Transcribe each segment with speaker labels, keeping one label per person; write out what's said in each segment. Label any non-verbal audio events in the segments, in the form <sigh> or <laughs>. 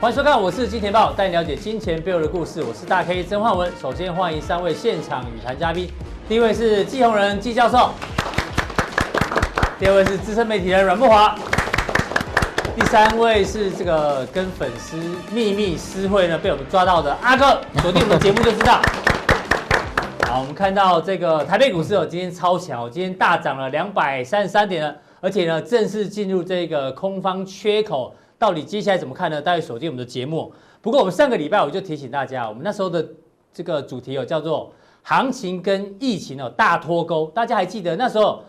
Speaker 1: 欢迎收看，我是金钱豹，带你了解金钱背后的故事。我是大 K 曾焕文。首先欢迎三位现场语坛嘉宾，第一位是季宏仁季教授，第二位是资深媒体人阮木华，第三位是这个跟粉丝秘密私会呢被我们抓到的阿哥，锁定我们的节目就知道。好，我们看到这个台北股市哦，今天超强哦，今天大涨了两百三十三点呢，而且呢正式进入这个空方缺口，到底接下来怎么看呢？大家锁定我们的节目。不过我们上个礼拜我就提醒大家，我们那时候的这个主题哦叫做行情跟疫情哦大脱钩，大家还记得那时候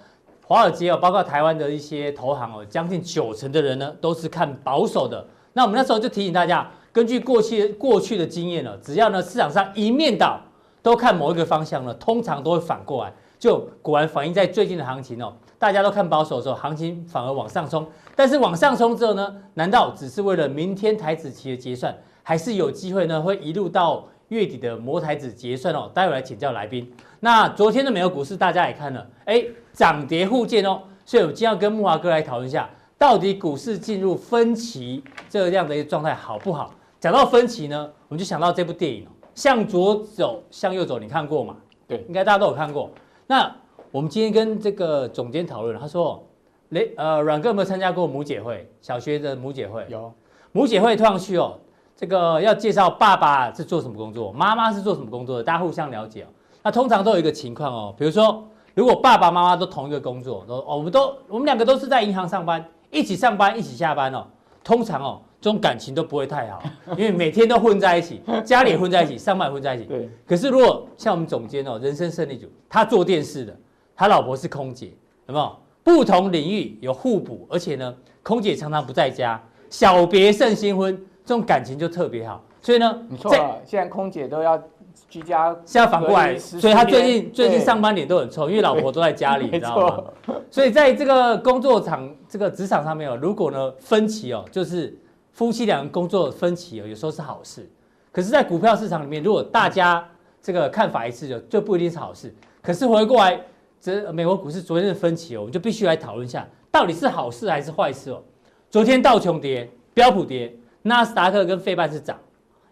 Speaker 1: 华尔街哦，包括台湾的一些投行哦，将近九成的人呢都是看保守的。那我们那时候就提醒大家，根据过去过去的经验呢，只要呢市场上一面倒。都看某一个方向了，通常都会反过来。就果然反映在最近的行情哦，大家都看保守的时候，行情反而往上冲。但是往上冲之后呢，难道只是为了明天台子期的结算，还是有机会呢？会一路到月底的摩台子结算哦。待会来请教来宾。那昨天的美国股市大家也看了，哎，涨跌互见哦。所以我今天要跟木华哥来讨论一下，到底股市进入分歧这样的一个状态好不好？讲到分歧呢，我们就想到这部电影哦，向左走，向右走，你看过吗？
Speaker 2: 对
Speaker 1: 应该大家都有看过。那我们今天跟这个总监讨论，他说，雷呃阮哥有没有参加过母姐会？小学的母姐会，
Speaker 2: 有
Speaker 1: 母姐会通常去哦，这个要介绍爸爸是做什么工作，妈妈是做什么工作的，大家互相了解哦。那通常都有一个情况哦，比如说如果爸爸妈妈都同一个工作，都哦我们都我们两个都是在银行上班，一起上班一起下班哦，通常哦这种感情都不会太好，因为每天都混在一起，家里也混在一起，上班也混在一起。
Speaker 2: 对
Speaker 1: 可是如果像我们总监哦，人生胜利组，他做电视的，他老婆是空姐，有没有？不同领域有互补，而且呢，空姐常常不在家，小别胜新婚，这种感情就特别好。所以呢，
Speaker 2: 你错啊了，现在空姐都要居家，
Speaker 1: 现在反过来，
Speaker 2: 隔离14
Speaker 1: 所以他最
Speaker 2: 天
Speaker 1: 近最近
Speaker 2: 对
Speaker 1: 上班脸都很臭，因为老婆都在家里，你
Speaker 2: <laughs> 没
Speaker 1: 知道吗？
Speaker 2: 错，
Speaker 1: 所以在这个工作场、这个职场上面哦，如果呢分歧哦，就是夫妻两人工作分歧哦，有时候是好事。可是，在股票市场里面，如果大家这个看法一致，就哦就不一定是好事。可是回过来，这美国股市昨天的分歧哦，我们就必须来讨论一下，到底是好事还是坏事哦。昨天道琼跌，标普跌，纳斯达克跟费半是涨，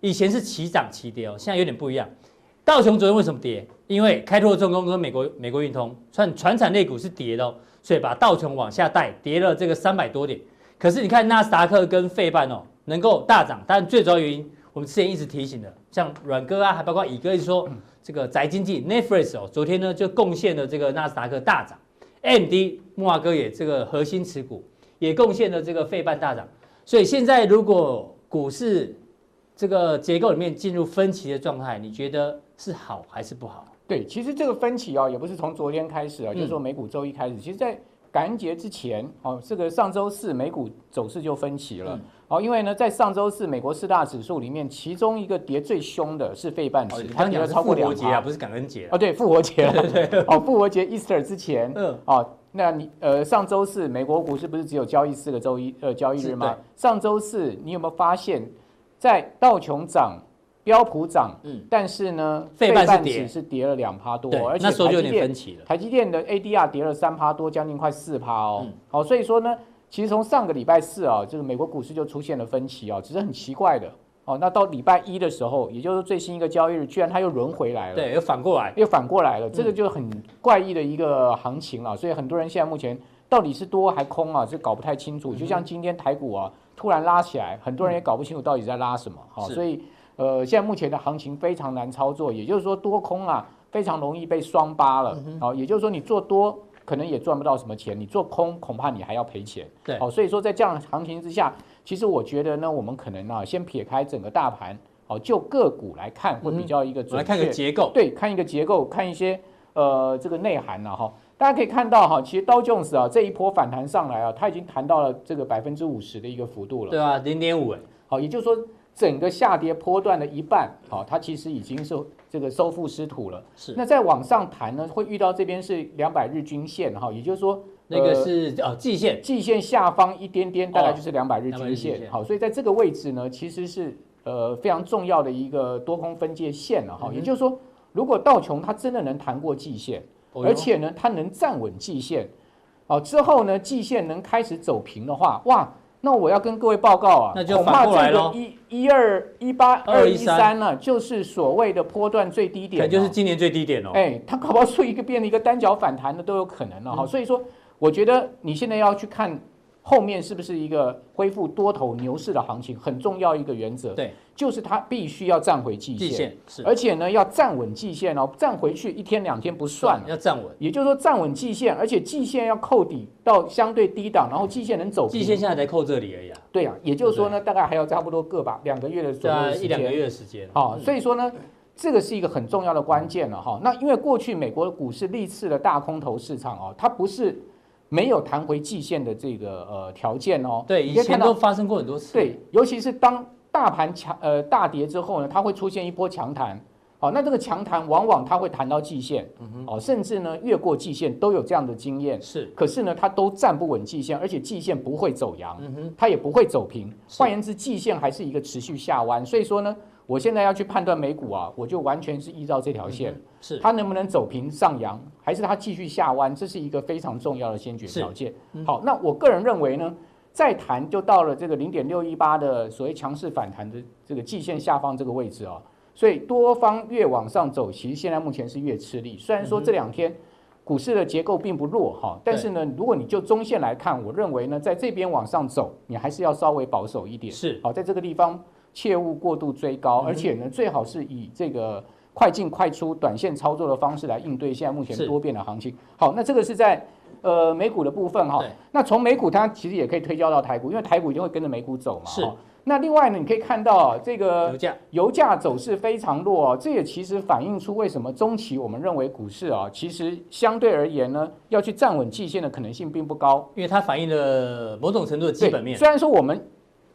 Speaker 1: 以前是齐涨齐跌哦，现在有点不一样。道琼昨天为什么跌？因为开拓重工跟美国美国运通传传产类股是跌的哦，所以把道琼往下带，跌了这个三百多点。可是你看纳斯达克跟费半哦，能够大涨，但最主要原因，我们之前一直提醒的，像阮哥啊，还包括乙哥一直说这个宅经济 Netflix 哦，昨天呢就贡献了这个纳斯达克大涨，MD 木华哥也这个核心持股也贡献了这个费半大涨，所以现在如果股市这个结构里面进入分歧的状态，你觉得是好还是不好？
Speaker 2: 对，其实这个分歧哦，也不是从昨天开始啊、
Speaker 1: 嗯
Speaker 2: 就是说美股周一开始，其实，在感恩节之前哦，这个上周四美股走势就分歧了。
Speaker 1: 嗯
Speaker 2: 哦，因为呢，在上周四美国四大指数里面，其中一个跌最凶的是费半指，它
Speaker 1: 你
Speaker 2: 跌
Speaker 1: 哦讲
Speaker 2: 了
Speaker 1: 是
Speaker 2: 超
Speaker 1: 复
Speaker 2: 过
Speaker 1: 活
Speaker 2: 两
Speaker 1: 节啊，不是感恩节啊
Speaker 2: 哦，。对，复
Speaker 1: <laughs>
Speaker 2: 活节了，哦，复活节 Easter 之前，
Speaker 1: 嗯
Speaker 2: 哦，那你呃上周四美国股市不是只有交易四个周一呃交易
Speaker 1: 是
Speaker 2: 日吗？上周四你有没有发现，在道琼涨、标普涨，
Speaker 1: 嗯
Speaker 2: 但是呢，
Speaker 1: 费半是跌
Speaker 2: 指是跌了两趴多，
Speaker 1: 对
Speaker 2: 而，且
Speaker 1: 那时候就有
Speaker 2: 台积
Speaker 1: 点
Speaker 2: 电
Speaker 1: 分歧了。
Speaker 2: 台积电的 ADR 跌了三趴多，将近快四趴哦
Speaker 1: 嗯。
Speaker 2: 好、所以说呢，其实从上个礼拜四啊，这个美国股市就出现了分歧哦，只是很奇怪的哦。那到礼拜一的时候，也就是最新一个交易日，居然它又轮回来了。
Speaker 1: 对，又反过来。
Speaker 2: 又反过来了，
Speaker 1: 嗯
Speaker 2: 这个就很怪异的一个行情了，所以很多人现在目前到底是多还空啊，这搞不太清楚。就
Speaker 1: 嗯
Speaker 2: 像今天台股啊突然拉起来，很多人也搞不清楚到底在拉什么，好，
Speaker 1: 是
Speaker 2: 所以呃现在目前的行情非常难操作，也就是说多空啊非常容易被双八
Speaker 1: 嗯
Speaker 2: 了，好，也就是说你做多。可能也赚不到什么钱，你做空恐怕你还要赔钱。
Speaker 1: 对
Speaker 2: 好、所以说在这样的行情之下，其实我觉得呢，我们可能啊，先撇开整个大盘，哦，就个股来看会比较一个
Speaker 1: 嗯我们
Speaker 2: 准
Speaker 1: 来
Speaker 2: 确。
Speaker 1: 看个结构。
Speaker 2: 对，看一个结构，看一些呃这个内涵了、哈。大家可以看到哈，其实刀 Jones 啊这一波反弹上来啊，它已经谈到了这个百分之五十的一个幅度了。
Speaker 1: 对啊，零点五哎，
Speaker 2: 好，也就是说整个下跌波段的一半，好，它其实已经是这个收复失土了。
Speaker 1: 是
Speaker 2: 那再往上弹呢，会遇到这边是两百日均线哈，也就是说
Speaker 1: 那个
Speaker 2: 呃
Speaker 1: 是哦季线，
Speaker 2: 季线下方一点点，大概就是两百日
Speaker 1: 哦200日
Speaker 2: 均
Speaker 1: 均
Speaker 2: 线。
Speaker 1: 线
Speaker 2: 好，所以在这个位置呢，其实是呃非常重要的一个多空分界线了
Speaker 1: 嗯
Speaker 2: 哈。也就是说，如果道琼它真的能弹过季线，
Speaker 1: 哦
Speaker 2: 而且呢它能站稳季线，哦之后呢季线能开始走平的话，哇，那我要跟各位报告啊，
Speaker 1: 那就
Speaker 2: 恐怕
Speaker 1: 反过来
Speaker 2: 这个
Speaker 1: 咯
Speaker 2: 一一二一八二一
Speaker 1: 213
Speaker 2: 三呢，就是所谓的波段最低
Speaker 1: 可
Speaker 2: 点、啊，
Speaker 1: 能就是今年最低点哦。
Speaker 2: 哎，它搞不好出一个变成一个单脚反弹的都有可能
Speaker 1: 嗯
Speaker 2: 了、哈。所以说，我觉得你现在要去看后面是不是一个恢复多头牛市的行情，很重要一个原则，
Speaker 1: 对，
Speaker 2: 就是它必须要站回季
Speaker 1: 季
Speaker 2: 线，
Speaker 1: 线是
Speaker 2: 而且呢要站稳季线哦，站回去一天两天不算了。
Speaker 1: 要站稳，
Speaker 2: 也就是说，站稳季线，而且季线要扣底到相对低档，然后季线能走平
Speaker 1: 季线现在才扣这里而已啊，
Speaker 2: 对啊，也就是说呢，大概还要差不多个把两个月的左右
Speaker 1: 在
Speaker 2: 的时
Speaker 1: 啊一两个
Speaker 2: 间。
Speaker 1: 月的时间。
Speaker 2: 好、所以说呢，这个是一个很重要的关键了哈、那因为过去美国的股市历次的大空头市场哦，它不是没有弹回季线的这个呃条件哦。
Speaker 1: 对，
Speaker 2: 你
Speaker 1: 以
Speaker 2: 可以
Speaker 1: 前
Speaker 2: 看
Speaker 1: 都
Speaker 2: 到，
Speaker 1: 发生过很多次。
Speaker 2: 对，尤其是当大盘强呃大跌之后呢，它会出现一波强弹。好、那这个强弹往往它会弹到季线，
Speaker 1: 嗯
Speaker 2: 哦，甚至呢越过季线都有这样的经验。
Speaker 1: 是，
Speaker 2: 可是呢，它都站不稳季线，而且季线不会走阳，
Speaker 1: 嗯哼，
Speaker 2: 它也不会走平。
Speaker 1: 是
Speaker 2: 换言之，季线还是一个持续下弯。所以说呢，我现在要去判断美股啊，我就完全是依照这条线，
Speaker 1: 是
Speaker 2: 它能不能走平上扬，还是它继续下弯，这是一个非常重要的先决条件。好，那我个人认为呢，再谈就到了这个零点六一八的所谓强势反弹的这个季线下方这个位置哦。所以多方越往上走，其实现在目前是越吃力。虽然说这两天股市的结构并不弱哈，但是呢，如果你就中线来看，我认为呢，在这边往上走，你还是要稍微保守一点。
Speaker 1: 是，
Speaker 2: 好，在这个地方切勿过度追
Speaker 1: 嗯
Speaker 2: 高，而且呢，最好是以这个快进快出、短线操作的方式来应对现在目前
Speaker 1: 是
Speaker 2: 多变的行情。好，那这个是在呃美股的部分哈
Speaker 1: 对。
Speaker 2: 那从美股它其实也可以推销到台股，因为台股一定会跟着美股走嘛。
Speaker 1: 是
Speaker 2: 哈。那另外呢，你可以看到啊这个
Speaker 1: 油价
Speaker 2: 油价走势非常弱哦，这也其实反映出为什么中期我们认为股市啊，其实相对而言呢，要去站稳季线的可能性并不高。
Speaker 1: 因为它反映了某种程度的基
Speaker 2: 对
Speaker 1: 本面。
Speaker 2: 虽然说我们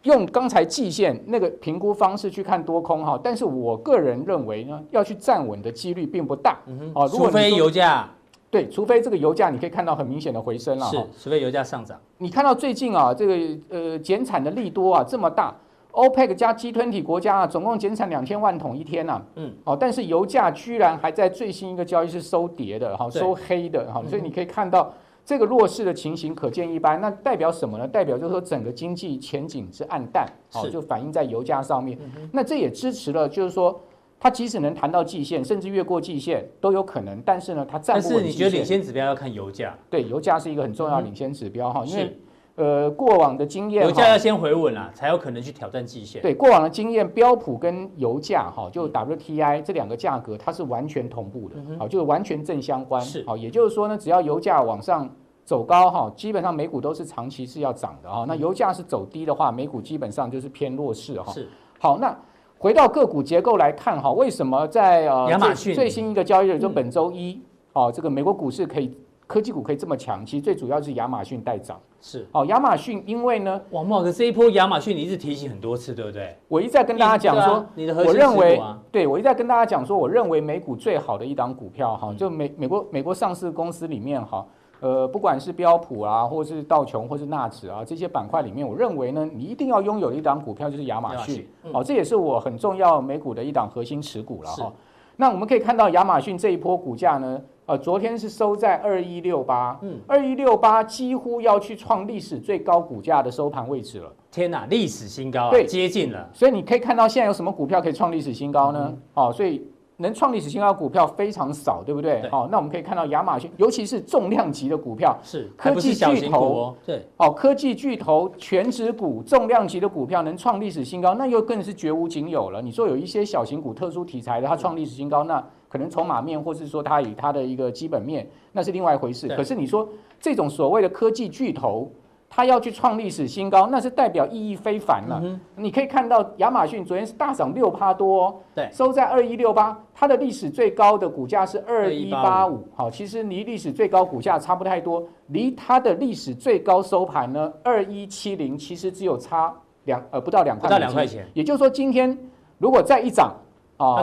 Speaker 2: 用刚才季线那个评估方式去看多空哈，但是我个人认为呢，要去站稳的几率并不大。
Speaker 1: 嗯
Speaker 2: 哦
Speaker 1: 哼，
Speaker 2: 如
Speaker 1: 除
Speaker 2: 果你
Speaker 1: 非
Speaker 2: 说
Speaker 1: 油价
Speaker 2: 对，除非这个油价你可以看到很明显的回升了哈
Speaker 1: 是。，除非油价上涨。
Speaker 2: 你看到最近啊，这个呃减产的利多啊这么大，OPEC 加 G20 国家啊，总共减产两千万桶一天呐、啊。
Speaker 1: 嗯。
Speaker 2: 哦，但是油价居然还在最新一个交易是收跌的哈，
Speaker 1: 对嗯
Speaker 2: 收黑的哈，所以你可以看到这个弱势的情形可见一斑。那代表什么呢？代表就是说整个经济前景是暗淡，哦，
Speaker 1: 是嗯
Speaker 2: 就反映在油价上面。那这也支持了，就是说。它即使能谈到季线，甚至越过季线都有可能，但是呢，它站
Speaker 1: 但
Speaker 2: 不
Speaker 1: 是
Speaker 2: 稳
Speaker 1: 你
Speaker 2: 季
Speaker 1: 觉得
Speaker 2: 线。
Speaker 1: 领先指标要看油价，
Speaker 2: 对，油价是一个很重要的领先指标哈，因为
Speaker 1: 嗯是
Speaker 2: 呃过往的经验
Speaker 1: 油
Speaker 2: 哈，
Speaker 1: 价要先回稳啦，才有可能去挑战季线。
Speaker 2: 对过往的经验，标普跟油价哈，就 WTI 这两个价格它是完全同步的，好，就是完全正相关，
Speaker 1: 嗯是
Speaker 2: 好，也就是说呢，只要油价往上走高哈，基本上美股都是长期是要涨的
Speaker 1: 嗯
Speaker 2: 哈，那油价是走低的话，美股基本上就是偏弱势哈。
Speaker 1: 是
Speaker 2: 好，那回到个股结构来看哈，为什么在呃
Speaker 1: 亚马
Speaker 2: 最
Speaker 1: 逊嗯
Speaker 2: 最新一个交易日，就本周一，哦，这个美国股市可以科技股可以这么强，其实最主要是亚马逊带涨。
Speaker 1: 是。
Speaker 2: 哦，亚马逊因为呢，
Speaker 1: 哇，茂哥，这一波亚马逊你一直提醒很多次，对不对？
Speaker 2: 我一再跟大家讲
Speaker 1: 对啊
Speaker 2: 说，
Speaker 1: 你的核心
Speaker 2: 我
Speaker 1: 持
Speaker 2: 认为
Speaker 1: 股啊，
Speaker 2: 对我一再跟大家讲说，我认为美股最好的一档股票
Speaker 1: 嗯
Speaker 2: 哈，就美美国美国上市公司里面哈，呃，不管是标普啊，或是道琼，或是纳指啊这些板块里面，我认为呢，你一定要拥有的一档股票就是亚马
Speaker 1: 亚马
Speaker 2: 逊
Speaker 1: 逊，嗯
Speaker 2: 哦，这也是我很重要美股的一档核心持股了
Speaker 1: 是
Speaker 2: 哈。那我们可以看到亚马逊这一波股价呢，呃，昨天是收在二一六八，
Speaker 1: 嗯，
Speaker 2: 二一六八几乎要去创历史最高股价的收盘位置了。
Speaker 1: 天哪，历史新高啊，
Speaker 2: 对
Speaker 1: 接近了。
Speaker 2: 所以你可以看到现在有什么股票可以创历史新高呢？哦，所以能创历史新高的股票非常少，对不对？哦
Speaker 1: 对
Speaker 2: 好、那我们可以看到亚马逊，尤其是重量级的股票，
Speaker 1: 是，
Speaker 2: 科
Speaker 1: 还不
Speaker 2: 技
Speaker 1: 是小
Speaker 2: 巨
Speaker 1: 型股
Speaker 2: 头
Speaker 1: 哦。对，
Speaker 2: 哦，科技巨头、全指股、重量级的股票能创历史新高，那又更是绝无仅有了。你说有一些小型股、特殊题材的，它创历史新高，那可能筹码面，或是说它以它的一个基本面，那是另外一回事。
Speaker 1: 对
Speaker 2: 可是你说这种所谓的科技巨头，它要去创历史新高，那是代表意义非凡了。你可以看到亚马逊昨天是大涨六趴多、哦，
Speaker 1: 对
Speaker 2: 收在二一六八，它的历史最高的股价是二一八
Speaker 1: 2185
Speaker 2: 五，好，其实离历史最高股价差不太多，离它的历史最高收盘呢二一七零，其实只有差两呃不到两块，
Speaker 1: 不到两块钱，
Speaker 2: 也就是说今天如果再一涨啊，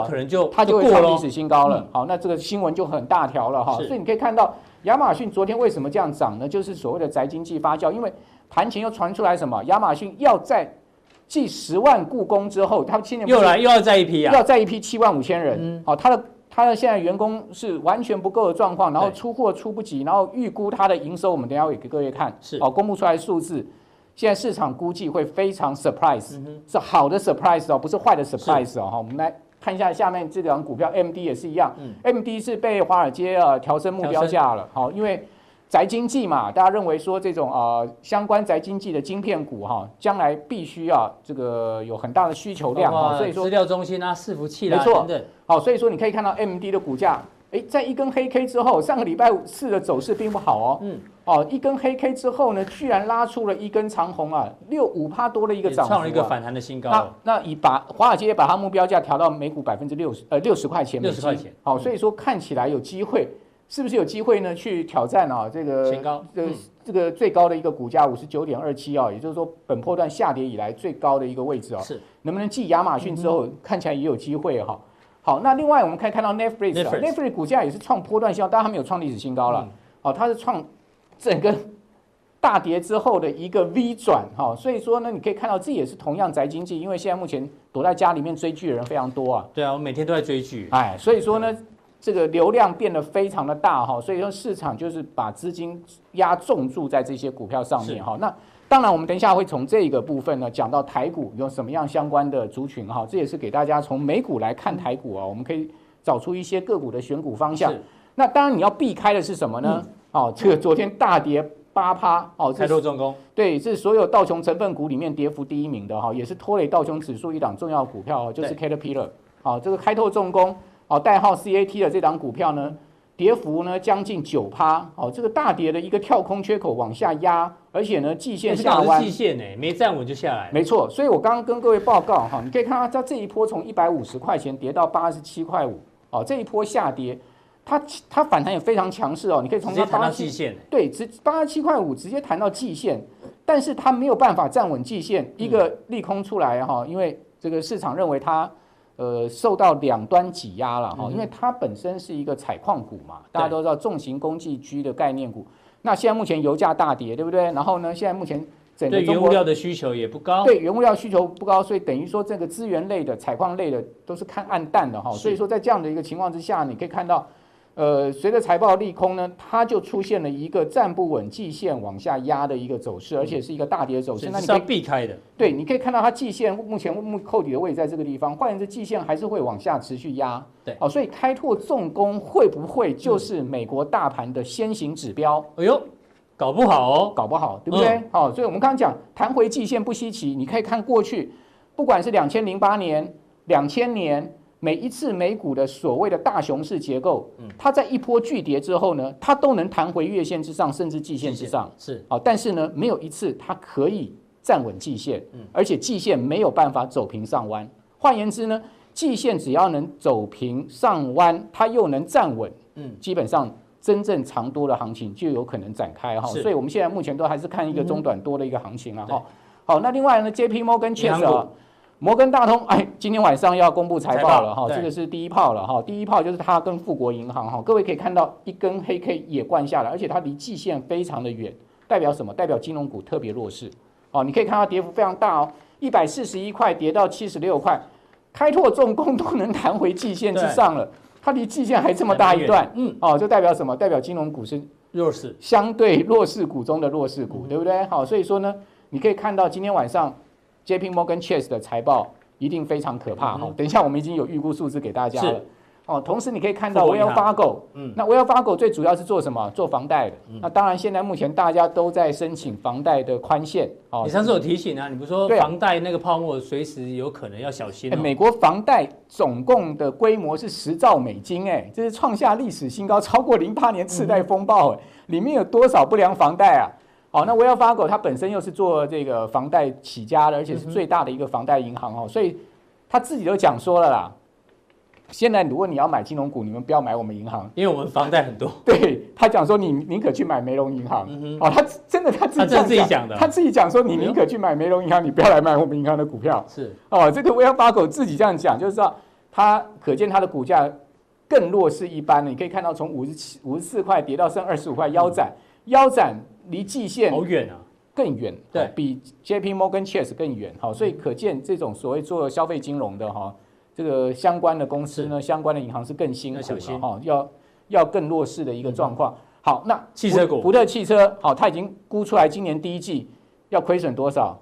Speaker 1: 那可能就
Speaker 2: 它就会
Speaker 1: 过
Speaker 2: 创历
Speaker 1: 了。
Speaker 2: 史新高了。好，那这个新闻就很大条了哈。
Speaker 1: 是
Speaker 2: 所以你可以看到，亚马逊昨天为什么这样涨呢？就是所谓的宅经济发酵，因为盘前又传出来什么，亚马逊要在继十万雇工之后，它今年不是
Speaker 1: 又来又要再一批啊，
Speaker 2: 要再一批七万五千
Speaker 1: 嗯
Speaker 2: 人。好，它的它的现在员工是完全不够的状况，然后
Speaker 1: 对
Speaker 2: 出货出不及，然后预估它的营收，我们等一下会给各位看，
Speaker 1: 是
Speaker 2: 哦，公布出来的数字。现在市场估计会非常 surprise，、是
Speaker 1: 嗯
Speaker 2: 好的 surprise 哦，不是坏的 surprise 哦。哈，我们来看一下下面这两股票，MD 也是一样、
Speaker 1: 嗯
Speaker 2: m d 是被华尔街呃调升目标价了。好，因为宅经济嘛，大家认为说这种呃相关宅经济的晶片股哈、将来必须啊这个有很大的需求量
Speaker 1: 包
Speaker 2: 哈、
Speaker 1: 括
Speaker 2: 所以说
Speaker 1: 资料中心啊、伺服器啦、
Speaker 2: 没错
Speaker 1: 等等，
Speaker 2: 好，所以说你可以看到 M D 的股价，诶，在一根黑 K 之后，上个礼拜四的走势并不好哦。
Speaker 1: 嗯。
Speaker 2: 哦，一根黑 K 之后呢，居然拉出了一根长红啊，六五趴多的一个
Speaker 1: 也
Speaker 2: 涨幅、啊，
Speaker 1: 创了一个反弹的新高
Speaker 2: 那
Speaker 1: 了。
Speaker 2: 那以把华尔街也把它目标价调到每股百分之六十，呃，六十块钱美金，
Speaker 1: 60块钱嗯
Speaker 2: 好，所以说看起来有机会，是不是有机会呢？去挑战啊这个
Speaker 1: 前高
Speaker 2: 这个
Speaker 1: 嗯
Speaker 2: 这个最高的一个股价五十九点二七啊，也就是说本波段下跌以来最高的一个位置啊，
Speaker 1: 是
Speaker 2: 能不能继亚马逊之后，看起来也有机会哈、好，那另外我们可以看到 Netflix 啊
Speaker 1: Netflix
Speaker 2: ，Netflix 股价也是创波段新高，但它没有创历史新高了。哦，它是创整个大跌之后的一个 V 转哈、所以说呢，你可以看到这也是同样宅经济，因为现在目前躲在家里面追剧的人非常多啊，
Speaker 1: 对啊，我每天都在追剧。
Speaker 2: 哎，所以说呢，这个流量变得非常的大哈、所以说市场就是把资金压重注在这些股票上面哈、那当然，我们等一下会从这个部分呢讲到台股有什么样相关的族群哈、这也是给大家从美股来看台股啊、我们可以找出一些个股的选股方向。
Speaker 1: 是嗯
Speaker 2: 那当然你要避开的是什么呢？哦，这个昨天大跌八趴，哦，这
Speaker 1: 开
Speaker 2: 是
Speaker 1: 拓重工，
Speaker 2: 对，是所有道琼成分股里面跌幅第一名的哈、也是拖累道琼指数一档重要股票、哦，就是 Caterpillar，好、这个开拓重工，哦，代号 CAT 的这档股票呢，跌幅呢将近九趴，哦，这个大跌的一个跳空缺口往下压，而且呢季线
Speaker 1: 这
Speaker 2: 下
Speaker 1: 刚好
Speaker 2: 弯
Speaker 1: 是季，线呢，没站稳就下来了。
Speaker 2: 没错，所以我刚刚跟各位报告哈，你可以看到它这一波从一百五十块钱跌到八十七块五，哦，这一波下跌，它它反弹也非常强势哦，你可以
Speaker 1: 直
Speaker 2: 从
Speaker 1: 接
Speaker 2: 它
Speaker 1: 谈到
Speaker 2: 八
Speaker 1: 季
Speaker 2: 七
Speaker 1: 线呢，
Speaker 2: 对，直八十七块五直接弹到季线，但是它没有办法站稳季线，一
Speaker 1: 嗯
Speaker 2: 个利空出来哈、因为这个市场认为它呃受到两端挤压了哈、因为它本身是一个采矿股嘛，大家
Speaker 1: 嗯对
Speaker 2: 都知道重型工具居的概念股，那现在目前油价大跌，对不对？然后呢，现在目前整个
Speaker 1: 对
Speaker 2: 中
Speaker 1: 原物
Speaker 2: 国
Speaker 1: 料的需求也不高。
Speaker 2: 对原物料需求不高，所以等于说这个资源类的、采矿类的都是看暗淡的哈。
Speaker 1: 是
Speaker 2: 所以说在这样的一个情况之下，你可以看到，呃，随着财报利空呢，它就出现了一个站不稳季线往下压的一个走势，而且是一个大跌走
Speaker 1: 嗯
Speaker 2: 势。
Speaker 1: 是
Speaker 2: 那你
Speaker 1: 是
Speaker 2: 可
Speaker 1: 要
Speaker 2: 以
Speaker 1: 避开的，
Speaker 2: 对，你可以看到它季线目前目扣底的位置在这个地方，换言之，季线还是会往下持续压。
Speaker 1: 对嗯
Speaker 2: 哦，所以开拓重工会不会就是美国大盘的先行指标？
Speaker 1: 哎呦，搞不好哦，
Speaker 2: 搞不好，对不对？好、所以我们刚刚讲弹回季线不稀奇，你可以看过去，不管是两千零八年、两千年，每一次美股的所谓的大熊市结构，它在一波巨跌之后呢，它都能弹回月线之上，甚至季线之上。
Speaker 1: 是
Speaker 2: 好、啊但是呢，没有一次它可以站稳季线，
Speaker 1: 嗯
Speaker 2: 而且季线没有办法走平上弯。换言之呢，季线只要能走平上弯，它又能站稳，
Speaker 1: 嗯，
Speaker 2: 基本上真正长多的行情就有可能展开哈。
Speaker 1: 是
Speaker 2: 所以我们现在目前都还是看一个中短多的一个行情了啊
Speaker 1: 对
Speaker 2: 哈。好，那另外呢，J P 摩根确
Speaker 1: 银行
Speaker 2: 实
Speaker 1: 股
Speaker 2: 啊，摩根大通哎，今天晚上要公布财
Speaker 1: 财
Speaker 2: 报
Speaker 1: 报
Speaker 2: 了哈，
Speaker 1: 对
Speaker 2: 这个是第一炮了哈。第一炮就是它跟富国银行哈，各位可以看到一根黑 K 也灌下来，而且它离季线非常的远，代表什么？代表金融股特别弱势哦。你可以看到跌幅非常大哦，一百四十一块跌到七十六块，开拓重工都能弹回季线之
Speaker 1: 对
Speaker 2: 上了，它离季线还这么大一段，
Speaker 1: 嗯，
Speaker 2: 哦，就代表什么？代表金融股是
Speaker 1: 弱势，
Speaker 2: 相对弱势股中的弱势
Speaker 1: 嗯
Speaker 2: 股，对不对？好，所以说呢，你可以看到今天晚上 J P Morgan Chase 的财报一定非常可怕哈、哦等一下我们已经有预估数字给大家了
Speaker 1: 嗯是。
Speaker 2: 哦，同时你可以看到
Speaker 1: 富国银
Speaker 2: Wells
Speaker 1: 行
Speaker 2: Fargo，
Speaker 1: 嗯
Speaker 2: 那 Wells Fargo 最主要是做什么？做房贷的。那当然，现在目前大家都在申请房贷的宽限。哦
Speaker 1: 你，上次有提醒啊，你不是说
Speaker 2: 对啊
Speaker 1: 房贷那个泡沫随时有可能要小心
Speaker 2: 哎
Speaker 1: 哦。
Speaker 2: 美国房贷总共的规模是十兆美金，哎，这是创下历史新高，超过零八年次贷风暴，
Speaker 1: 嗯
Speaker 2: 哎，里面有多少不良房贷啊？好，那 Wells Fargo 它本身又是做这个房贷起家的，而
Speaker 1: 嗯
Speaker 2: 且是最大的一个房贷银行哦，所以他自己都讲说了啦。现在如果你要买金融股，你们不要买我们银行。 <laughs>
Speaker 1: 因为我们房贷很多，
Speaker 2: 对他讲说你宁可去买梅隆银行，哦，他真的他自己
Speaker 1: 嗯他
Speaker 2: 这
Speaker 1: 真
Speaker 2: 样
Speaker 1: 自己讲的
Speaker 2: 他自己讲说你
Speaker 1: 哎
Speaker 2: 宁
Speaker 1: 呦
Speaker 2: 可去买梅隆银行，你不要来买我们银行的股票。
Speaker 1: 是
Speaker 2: 哦，这个 Wells Fargo 自己这样讲，就是说它可见它的股价更弱势一般了。你可以看到从五十七、五十四块跌到剩二十五块，腰斩，腰斩离季线
Speaker 1: 好远啊，
Speaker 2: 更远，
Speaker 1: 对嗯
Speaker 2: 哦比 J P Morgan Chase 更远，好、所以可见这种所谓做消费金融的哈、这个相关的公司呢，相关的银行是更辛苦
Speaker 1: 要小心嗯
Speaker 2: 了哈、要要更弱势的一个状况。好，那
Speaker 1: 汽车股
Speaker 2: 福特汽车，好、它已经估出来今年第一季要亏损多少？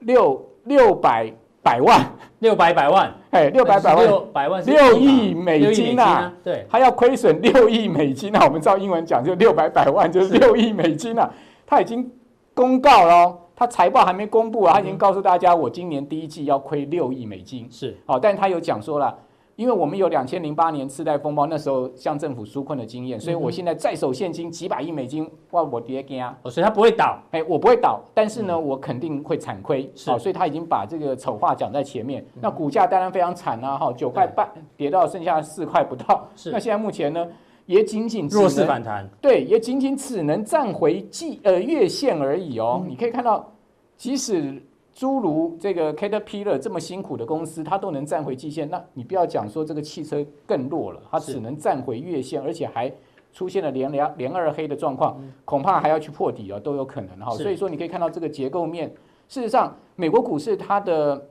Speaker 2: 六六百百万，
Speaker 1: 六百百万，
Speaker 2: 哎，六百百万，
Speaker 1: 六百万是
Speaker 2: 六
Speaker 1: 一码
Speaker 2: 亿美金啊！
Speaker 1: 对，
Speaker 2: 他要亏损六亿美金啊！我们照英文讲，就六百百万，就是六亿美金啊！他已经公告了哦，他财报还没公布啊，他已经告诉大家，我今年第一季要亏六亿美金。
Speaker 1: 是
Speaker 2: 好，但他有讲说了，因为我们有两千零八年次贷风暴，那时候向政府纾困的经验，所以我现在再手现金几百亿美金，哇，我爹给啊！
Speaker 1: 哦，所以它不会倒，
Speaker 2: 哎，我不会倒，但是呢，我肯定会惨亏。
Speaker 1: 是
Speaker 2: 好所以他已经把这个丑话讲在前面。那股价当然非常惨啊，哈，九块半跌到剩下四块不到。
Speaker 1: 是
Speaker 2: 那现在目前呢，也仅仅只
Speaker 1: 弱势
Speaker 2: 能
Speaker 1: 反弹，
Speaker 2: 对，也仅仅只能站回季呃月线而已哦。
Speaker 1: 嗯
Speaker 2: 你可以看到，即使诸如这个 Caterpillar 这么辛苦的公司，它都能站回季线，那你不要讲说这个汽车更弱了，它
Speaker 1: 是
Speaker 2: 只能站回月线，而且还出现了连两连二黑的状况，恐怕还要去破底哦，都有可能哈、
Speaker 1: 嗯是
Speaker 2: 所以说，你可以看到这个结构面，事实上，美国股市它的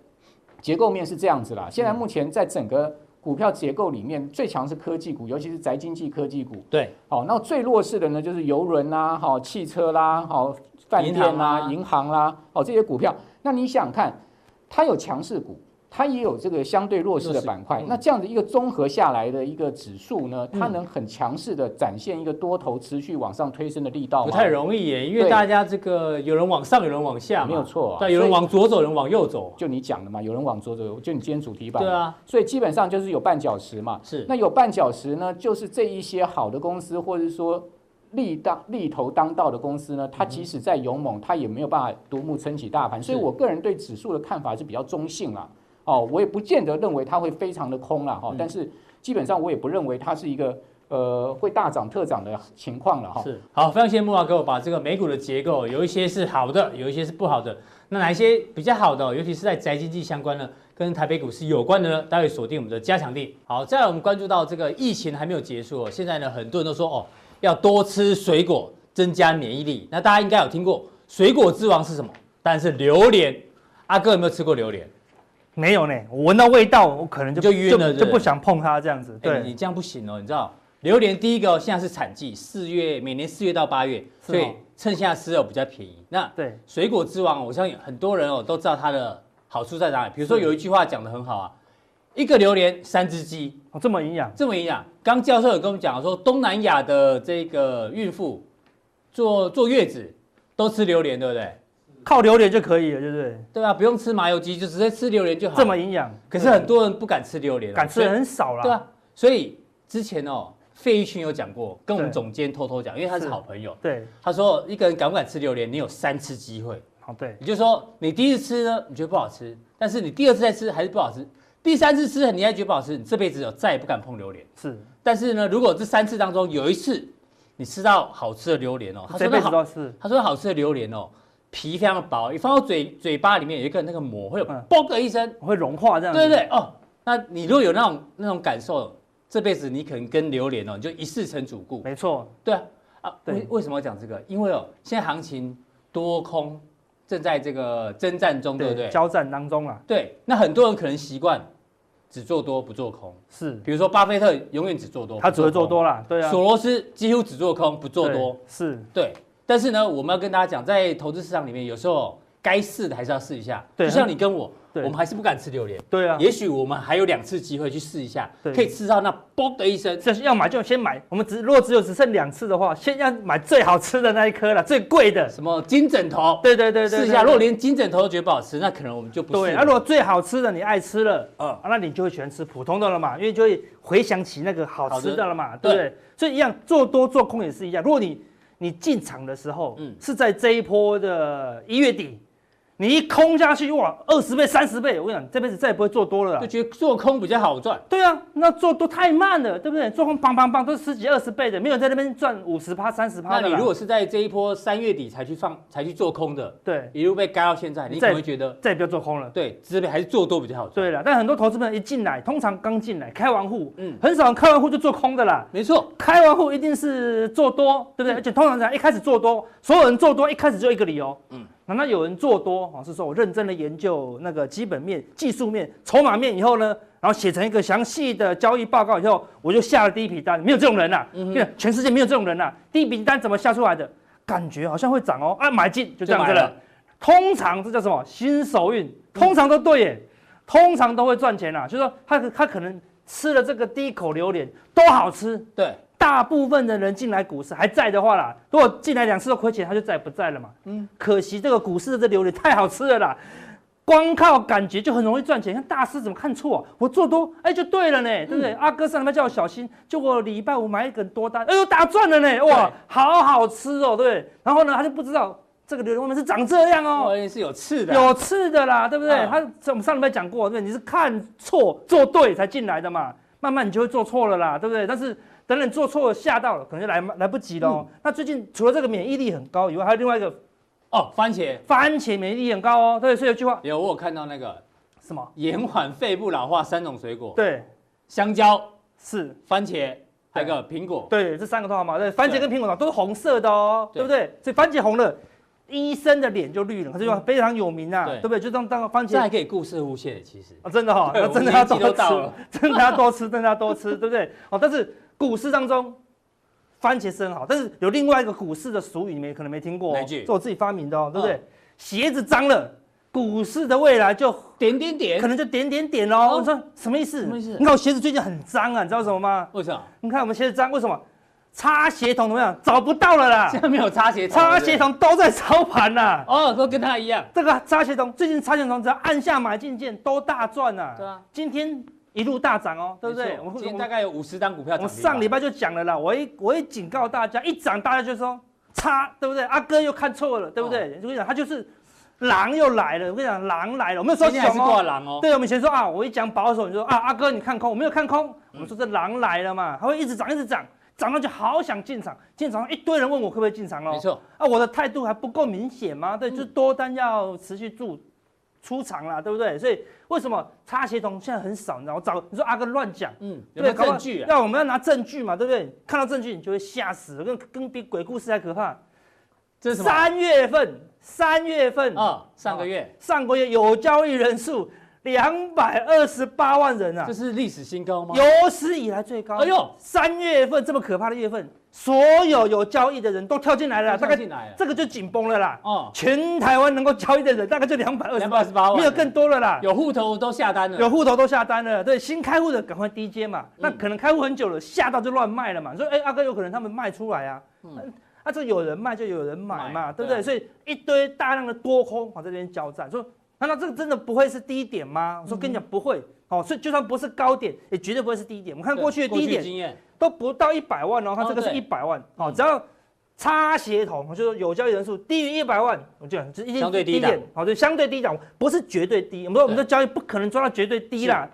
Speaker 2: 结构面是这样子啦。
Speaker 1: 嗯
Speaker 2: 现在目前在整个股票结构里面，最强是科技股，尤其是宅经济科技股。
Speaker 1: 对，
Speaker 2: 好，那最弱势的呢，就是游轮啦、好汽车啦、好饭店
Speaker 1: 银行
Speaker 2: 啦、
Speaker 1: 啊
Speaker 2: 银行啦、好这些股票。那你想想看，它有强势股，它也有这个相对弱势
Speaker 1: 弱
Speaker 2: 的
Speaker 1: 势
Speaker 2: 板块
Speaker 1: 嗯。
Speaker 2: 那这样的一个综合下来的一个指数呢，它
Speaker 1: 嗯
Speaker 2: 能很强势的展现一个多头持续往上推升的力道
Speaker 1: 不
Speaker 2: 吗？
Speaker 1: 太容易耶，因为
Speaker 2: 对
Speaker 1: 大家这个有人往上，有人往下嘛，
Speaker 2: 没有错啊
Speaker 1: 对，有人
Speaker 2: 所以
Speaker 1: 往左走，有人往右走，
Speaker 2: 就你讲的嘛，有人往左走，就你今天主题吧。
Speaker 1: 对啊，
Speaker 2: 所以基本上就是有绊脚石嘛。
Speaker 1: 是
Speaker 2: 那有绊脚石呢，就是这一些好的公司，或者说利当利头当道的公司呢，它即使再勇猛，它也没有办法独木撑起大盘。所以
Speaker 1: 嗯是
Speaker 2: 我个人对指数的看法是比较中性啦。哦，我也不见得认为它会非常的空啦。哈、
Speaker 1: 嗯
Speaker 2: 但是基本上我也不认为它是一个呃会大涨特涨的情况了哈。
Speaker 1: 是好，非常谢谢木华给我把这个美股的结构，有一些是好的，有一些是不好的。那哪一些比较好的，尤其是在宅经济相关的，跟台北股市有关的呢？待会锁定我们的加强地。好，再来我们关注到这个疫情还没有结束哦，现在呢很多人都说哦，要多吃水果，增加免疫力。那大家应该有听过水果之王是什么？但是榴莲。阿哥有没有吃过榴莲？
Speaker 3: 没有呢，我闻到味道，我可能就
Speaker 1: 就晕了对不
Speaker 3: 就
Speaker 1: 对
Speaker 3: 不想碰它这样子。
Speaker 1: 哎、
Speaker 3: 对，
Speaker 1: 你你这样不行哦，你知道，榴莲第一个哦现在是产季，四月每年四月到八月，
Speaker 3: 是
Speaker 1: 所以
Speaker 3: 哦
Speaker 1: 趁现在吃哦比较便宜。那
Speaker 3: 对
Speaker 1: 水果之王，我相信很多人哦都知道它的好处在哪里。比如说
Speaker 3: 是
Speaker 1: 有一句话讲得很好啊，一个榴莲三只鸡，
Speaker 3: 哦，这么营养，
Speaker 1: 这么营养。刚教授有跟我们讲说，东南亚的这个孕妇坐坐月子都吃榴莲，对不对？
Speaker 3: 靠榴莲就可以了，对不对？
Speaker 1: 对啊，不用吃麻油鸡，就直接吃榴莲就好。
Speaker 3: 这么，营养，
Speaker 1: 可是很多人不敢吃榴莲哦，
Speaker 3: 敢吃
Speaker 1: 所以
Speaker 3: 的很少啦。
Speaker 1: 对啊，所以之前哦，费玉清有讲过，跟我们
Speaker 3: 对
Speaker 1: 总监偷偷讲，因为他是
Speaker 3: 是
Speaker 1: 好朋友，
Speaker 3: 对，
Speaker 1: 他说一个人敢不敢吃榴莲，你有三次机
Speaker 3: <laughs>
Speaker 1: 会。
Speaker 3: 好哦对，
Speaker 1: 也就是说，你第一次吃呢，你觉得不好吃，但是你第二次再吃还是不好吃，第三次吃你还觉得不好吃，你这辈子哦再也不敢碰榴莲。
Speaker 3: 是
Speaker 1: 但是呢，如果这三次当中有一次你吃到好吃的榴莲哦，他说
Speaker 3: 这
Speaker 1: 那
Speaker 3: 辈子
Speaker 1: 好，
Speaker 3: 都是
Speaker 1: 他说好吃的榴莲哦，皮非常薄，一放到嘴嘴巴里面有一个那个膜，会有
Speaker 3: 嗯
Speaker 1: 嘣的一声，
Speaker 3: 会融化这样子。
Speaker 1: 对对对，哦，那你如果有那种那种感受，这辈子你可能跟榴莲哦，你就一世成主顾。
Speaker 3: 没错，
Speaker 1: 对啊，啊，
Speaker 3: 对
Speaker 1: 为为什么要讲这个？因为哦，现在行情多空正在这个征战中，对不对？
Speaker 3: 交战当中啊啦，
Speaker 1: 对，那很多人可能习惯只做多不做空，
Speaker 3: 是，
Speaker 1: 比如说巴菲特永远只做多，
Speaker 3: 他只会
Speaker 1: 不
Speaker 3: 做
Speaker 1: 空，
Speaker 3: 多啦，对啊，
Speaker 1: 索罗斯几乎只做空不哦做
Speaker 3: 对
Speaker 1: 多，
Speaker 3: 是，
Speaker 1: 对。但是呢，我们要跟大家讲，在投资市场里面，有时候该试的还是要试一下。
Speaker 3: 对
Speaker 1: 就像你跟我，我
Speaker 3: 对
Speaker 1: 们还是不敢吃榴莲。
Speaker 3: 对啊，
Speaker 1: 也许我们还有两次机会去试一下，
Speaker 3: 对
Speaker 1: 可以吃到那“嘣”的一声。
Speaker 3: 就是要买就先买，我们只如果只有只剩两次的话，先要买最好吃的那一颗啦，最贵的。
Speaker 1: 什么金枕头，
Speaker 3: 对对对对，
Speaker 1: 试一
Speaker 3: 对
Speaker 1: 下。如果连金枕头都觉得不好吃，那可能我们就不
Speaker 3: 对，
Speaker 1: 试
Speaker 3: 那如
Speaker 1: 了。
Speaker 3: 果最好吃的你爱吃了，
Speaker 1: 嗯
Speaker 3: 啊，那你就会喜欢吃普通的了嘛，因为就会回想起那个好吃的了嘛，对不对？所以一样做多做空也是一样，如果你你进场的时候，
Speaker 1: 嗯
Speaker 3: 是在这一波的一月底，你一空下去，哇，二十倍、三十倍，我跟你讲，这辈子再也不会做多了啦
Speaker 1: 就。觉得做空比较好赚，
Speaker 3: 对啊，那做多太慢了，对不对？做空砰砰砰都是十几二十倍的，没有人在那边赚五十趴、三十
Speaker 1: 那
Speaker 3: 趴的啦。
Speaker 1: 你如果是在这一波三月底才去放、才去做空的，
Speaker 3: 对，
Speaker 1: 一路被嘎到现在，你
Speaker 3: 你
Speaker 1: 可
Speaker 3: 再
Speaker 1: 能会觉得
Speaker 3: 再也不要做空了。
Speaker 1: 对，资本还是做多比较好赚。
Speaker 3: 对了，但很多投资朋友一进来，通常刚进来开完户，
Speaker 1: 嗯
Speaker 3: 嗯，很少人开完户就做空的啦。
Speaker 1: 没错，
Speaker 3: 开完户一定是做多，对不对？而且通常讲一开始做多，所有人做多一开始就一个理由，
Speaker 1: 嗯
Speaker 3: 嗯，难道有人做多哦？是说我认真的研究那个基本面、技术面、筹码面以后呢，然后写成一个详细的交易报告以后，我就下了第一笔单，没有这种人呐、啊，
Speaker 1: 嗯哼
Speaker 3: 对全世界没有这种人呐、啊，第一笔单怎么下出来的？感觉好像会涨哦，啊，买进就这样子
Speaker 1: 就买
Speaker 3: 了嗯
Speaker 1: 了。
Speaker 3: 通常这叫什么新手运，通常都对耶，通常都会赚钱啦。就是说他他可能吃了这个第一口榴莲都好吃，
Speaker 1: 对，
Speaker 3: 大部分的人进来股市还在的话啦，如果进来两次都亏钱，他就再也不在了嘛。嗯，可惜这个股市的这榴莲太好吃了啦，光靠感觉就很容易赚钱。看大师怎么看错、啊？我做多，哎就对了呢，对不对？阿哥上礼拜叫我小心，结果礼拜五买一根多单，哎呦打赚了呢，哇
Speaker 1: 对，
Speaker 3: 好好吃哦，对不对？然后呢，他就不知道这个榴莲外面是长这样哦。
Speaker 1: 哦，是有刺的，
Speaker 3: 有刺的啦，对不对？
Speaker 1: 嗯
Speaker 3: 他我们上礼拜讲过，对不对？你是看错做对才进来的嘛，慢慢你就会做错了啦，对不对？但是等等做错了吓到了，可能就来来不及了、哦。
Speaker 1: 嗯
Speaker 3: 那最近除了这个免疫力很高以外，还有另外一个
Speaker 1: 哦，番茄
Speaker 3: 番茄免疫力很高哦，对，所以有句话
Speaker 1: 有我有看到那个
Speaker 3: 什么？
Speaker 1: 延缓肺部老化三种水果，
Speaker 3: 对，
Speaker 1: 香蕉、
Speaker 3: 是，
Speaker 1: 番茄，还有个苹果，
Speaker 3: 对，这三个都好嘛，对，番茄
Speaker 1: 对
Speaker 3: 跟苹果都是红色的哦，
Speaker 1: 对
Speaker 3: 对不对？所以番茄红了。医生的脸就绿了，这句话非常有名啊，
Speaker 1: 嗯对
Speaker 3: 对不对？就当当番茄
Speaker 1: 这还可以固摄护腺，其实
Speaker 3: 啊，真的哈、哦，
Speaker 1: 对
Speaker 3: 那
Speaker 1: 我
Speaker 3: 真的
Speaker 1: 年
Speaker 3: 要
Speaker 1: 纪
Speaker 3: 多
Speaker 1: 都到
Speaker 3: 吃
Speaker 1: 了，
Speaker 3: <laughs> 真的要多吃，真的要多吃，对不对？哦，但是股市当中，番茄是很好，但是有另外一个股市的俗语，你们可能没听过、
Speaker 1: 哪一
Speaker 3: 哦，
Speaker 1: 句
Speaker 3: 是我自己发明的哦，对不对？
Speaker 1: 嗯
Speaker 3: 鞋子脏了，股市的未来就
Speaker 1: 点点
Speaker 3: 可
Speaker 1: 点，
Speaker 3: 能就点点点哦。
Speaker 1: 哦
Speaker 3: 我说什么意思？
Speaker 1: 什么意思
Speaker 3: 你看我鞋子最近很脏啊，你知道什么吗？
Speaker 1: 为什么？
Speaker 3: 你看我们鞋子脏，为什么？擦鞋童怎么样？找不到了啦
Speaker 1: 现，在没有 <laughs> 擦鞋头，
Speaker 3: 擦鞋
Speaker 1: 哦对不
Speaker 3: 童都在操盘啦、
Speaker 1: 对哦，都跟他一样，
Speaker 3: 这个差钱童最近差钱童只要按下买进键都大赚啊！
Speaker 1: 对啊，
Speaker 3: 今天一路大涨哦，对不
Speaker 1: 没
Speaker 3: 对？
Speaker 1: 错
Speaker 3: 我们
Speaker 1: 今天
Speaker 3: 我
Speaker 1: 大
Speaker 3: 们
Speaker 1: 概有五十档股票
Speaker 3: 我
Speaker 1: 涨
Speaker 3: 们
Speaker 1: 停板，
Speaker 3: 上礼拜就讲了啦，我一我一警告大家，一涨大家就说差，对不对？阿哥又看错了，对不对？
Speaker 1: 哦
Speaker 3: 我跟你讲，他就是狼又来了，我跟你讲，狼来了，我们说
Speaker 1: 今天还
Speaker 3: 什
Speaker 1: 是挂
Speaker 3: 么？
Speaker 1: 狼哦，
Speaker 3: 对，我们以前说啊，我一讲保守，你说啊，阿哥你看空，我没有看空，我们说这狼来了嘛，它会一直涨，一直涨，涨到就好想进场，进场一堆人问我可不可以进场喽
Speaker 1: 没，错，
Speaker 3: 啊，我的态度还不够明显吗？对，
Speaker 1: 嗯
Speaker 3: 就是多单要持续注出场啦，对不对？所以为什么擦鞋童现在很少？你知道，我找你说阿哥乱讲，
Speaker 1: 嗯，有
Speaker 3: 对
Speaker 1: 没有
Speaker 3: 搞不好
Speaker 1: 证据啊？
Speaker 3: 要我们要拿证据嘛，对不对？看到证据你就会吓死了，跟跟比鬼故事还可怕。
Speaker 1: 这是什么？
Speaker 3: 三月份，三月份，
Speaker 1: 啊，上个月
Speaker 3: 上个月有交易人数两百二十八万人啊
Speaker 1: 这，是历史新高吗？
Speaker 3: 有史以来最高。
Speaker 1: 哎呦，
Speaker 3: 三月份这么可怕的月份，所有有交易的人都跳进来了啦，
Speaker 1: 大
Speaker 3: 大
Speaker 1: 概
Speaker 3: 概
Speaker 1: 进来了，
Speaker 3: 这个就紧绷了啦。
Speaker 1: 哦，
Speaker 3: 全台湾能够交易的人大概就两百二十
Speaker 1: 两百二十八万，
Speaker 3: 没有更多了啦。
Speaker 1: 有户头都下单了，
Speaker 3: 有户头都下单了，对，新开户的赶快低接嘛。那
Speaker 1: 嗯
Speaker 3: 可能开户很久了，下到就乱卖了嘛。你说，哎、阿哥有可能他们卖出来啊，
Speaker 1: 嗯
Speaker 3: 啊，这有人卖就有人买
Speaker 1: 买
Speaker 3: 嘛，对不
Speaker 1: 对啊
Speaker 3: 对？所以一堆大量的多空往这边交战，说，难道这个真的不会是低点吗？
Speaker 1: 嗯
Speaker 3: 我说跟你讲不会，哦，所以就算不是高点，也绝对不会是低点。我们看
Speaker 1: 对
Speaker 3: 过去的低点
Speaker 1: 经验，
Speaker 3: 都不到一百万哦，它这个
Speaker 1: 哦
Speaker 3: 是
Speaker 1: 对
Speaker 3: 一百万哦，
Speaker 1: 嗯
Speaker 3: 只要差协同，就是有交易人数低于一百万，我就这一定
Speaker 1: 相对低档
Speaker 3: 点，好，就相对低档，不是绝对低，我们说我们
Speaker 1: 对
Speaker 3: 的交易不可能抓到绝对低啦，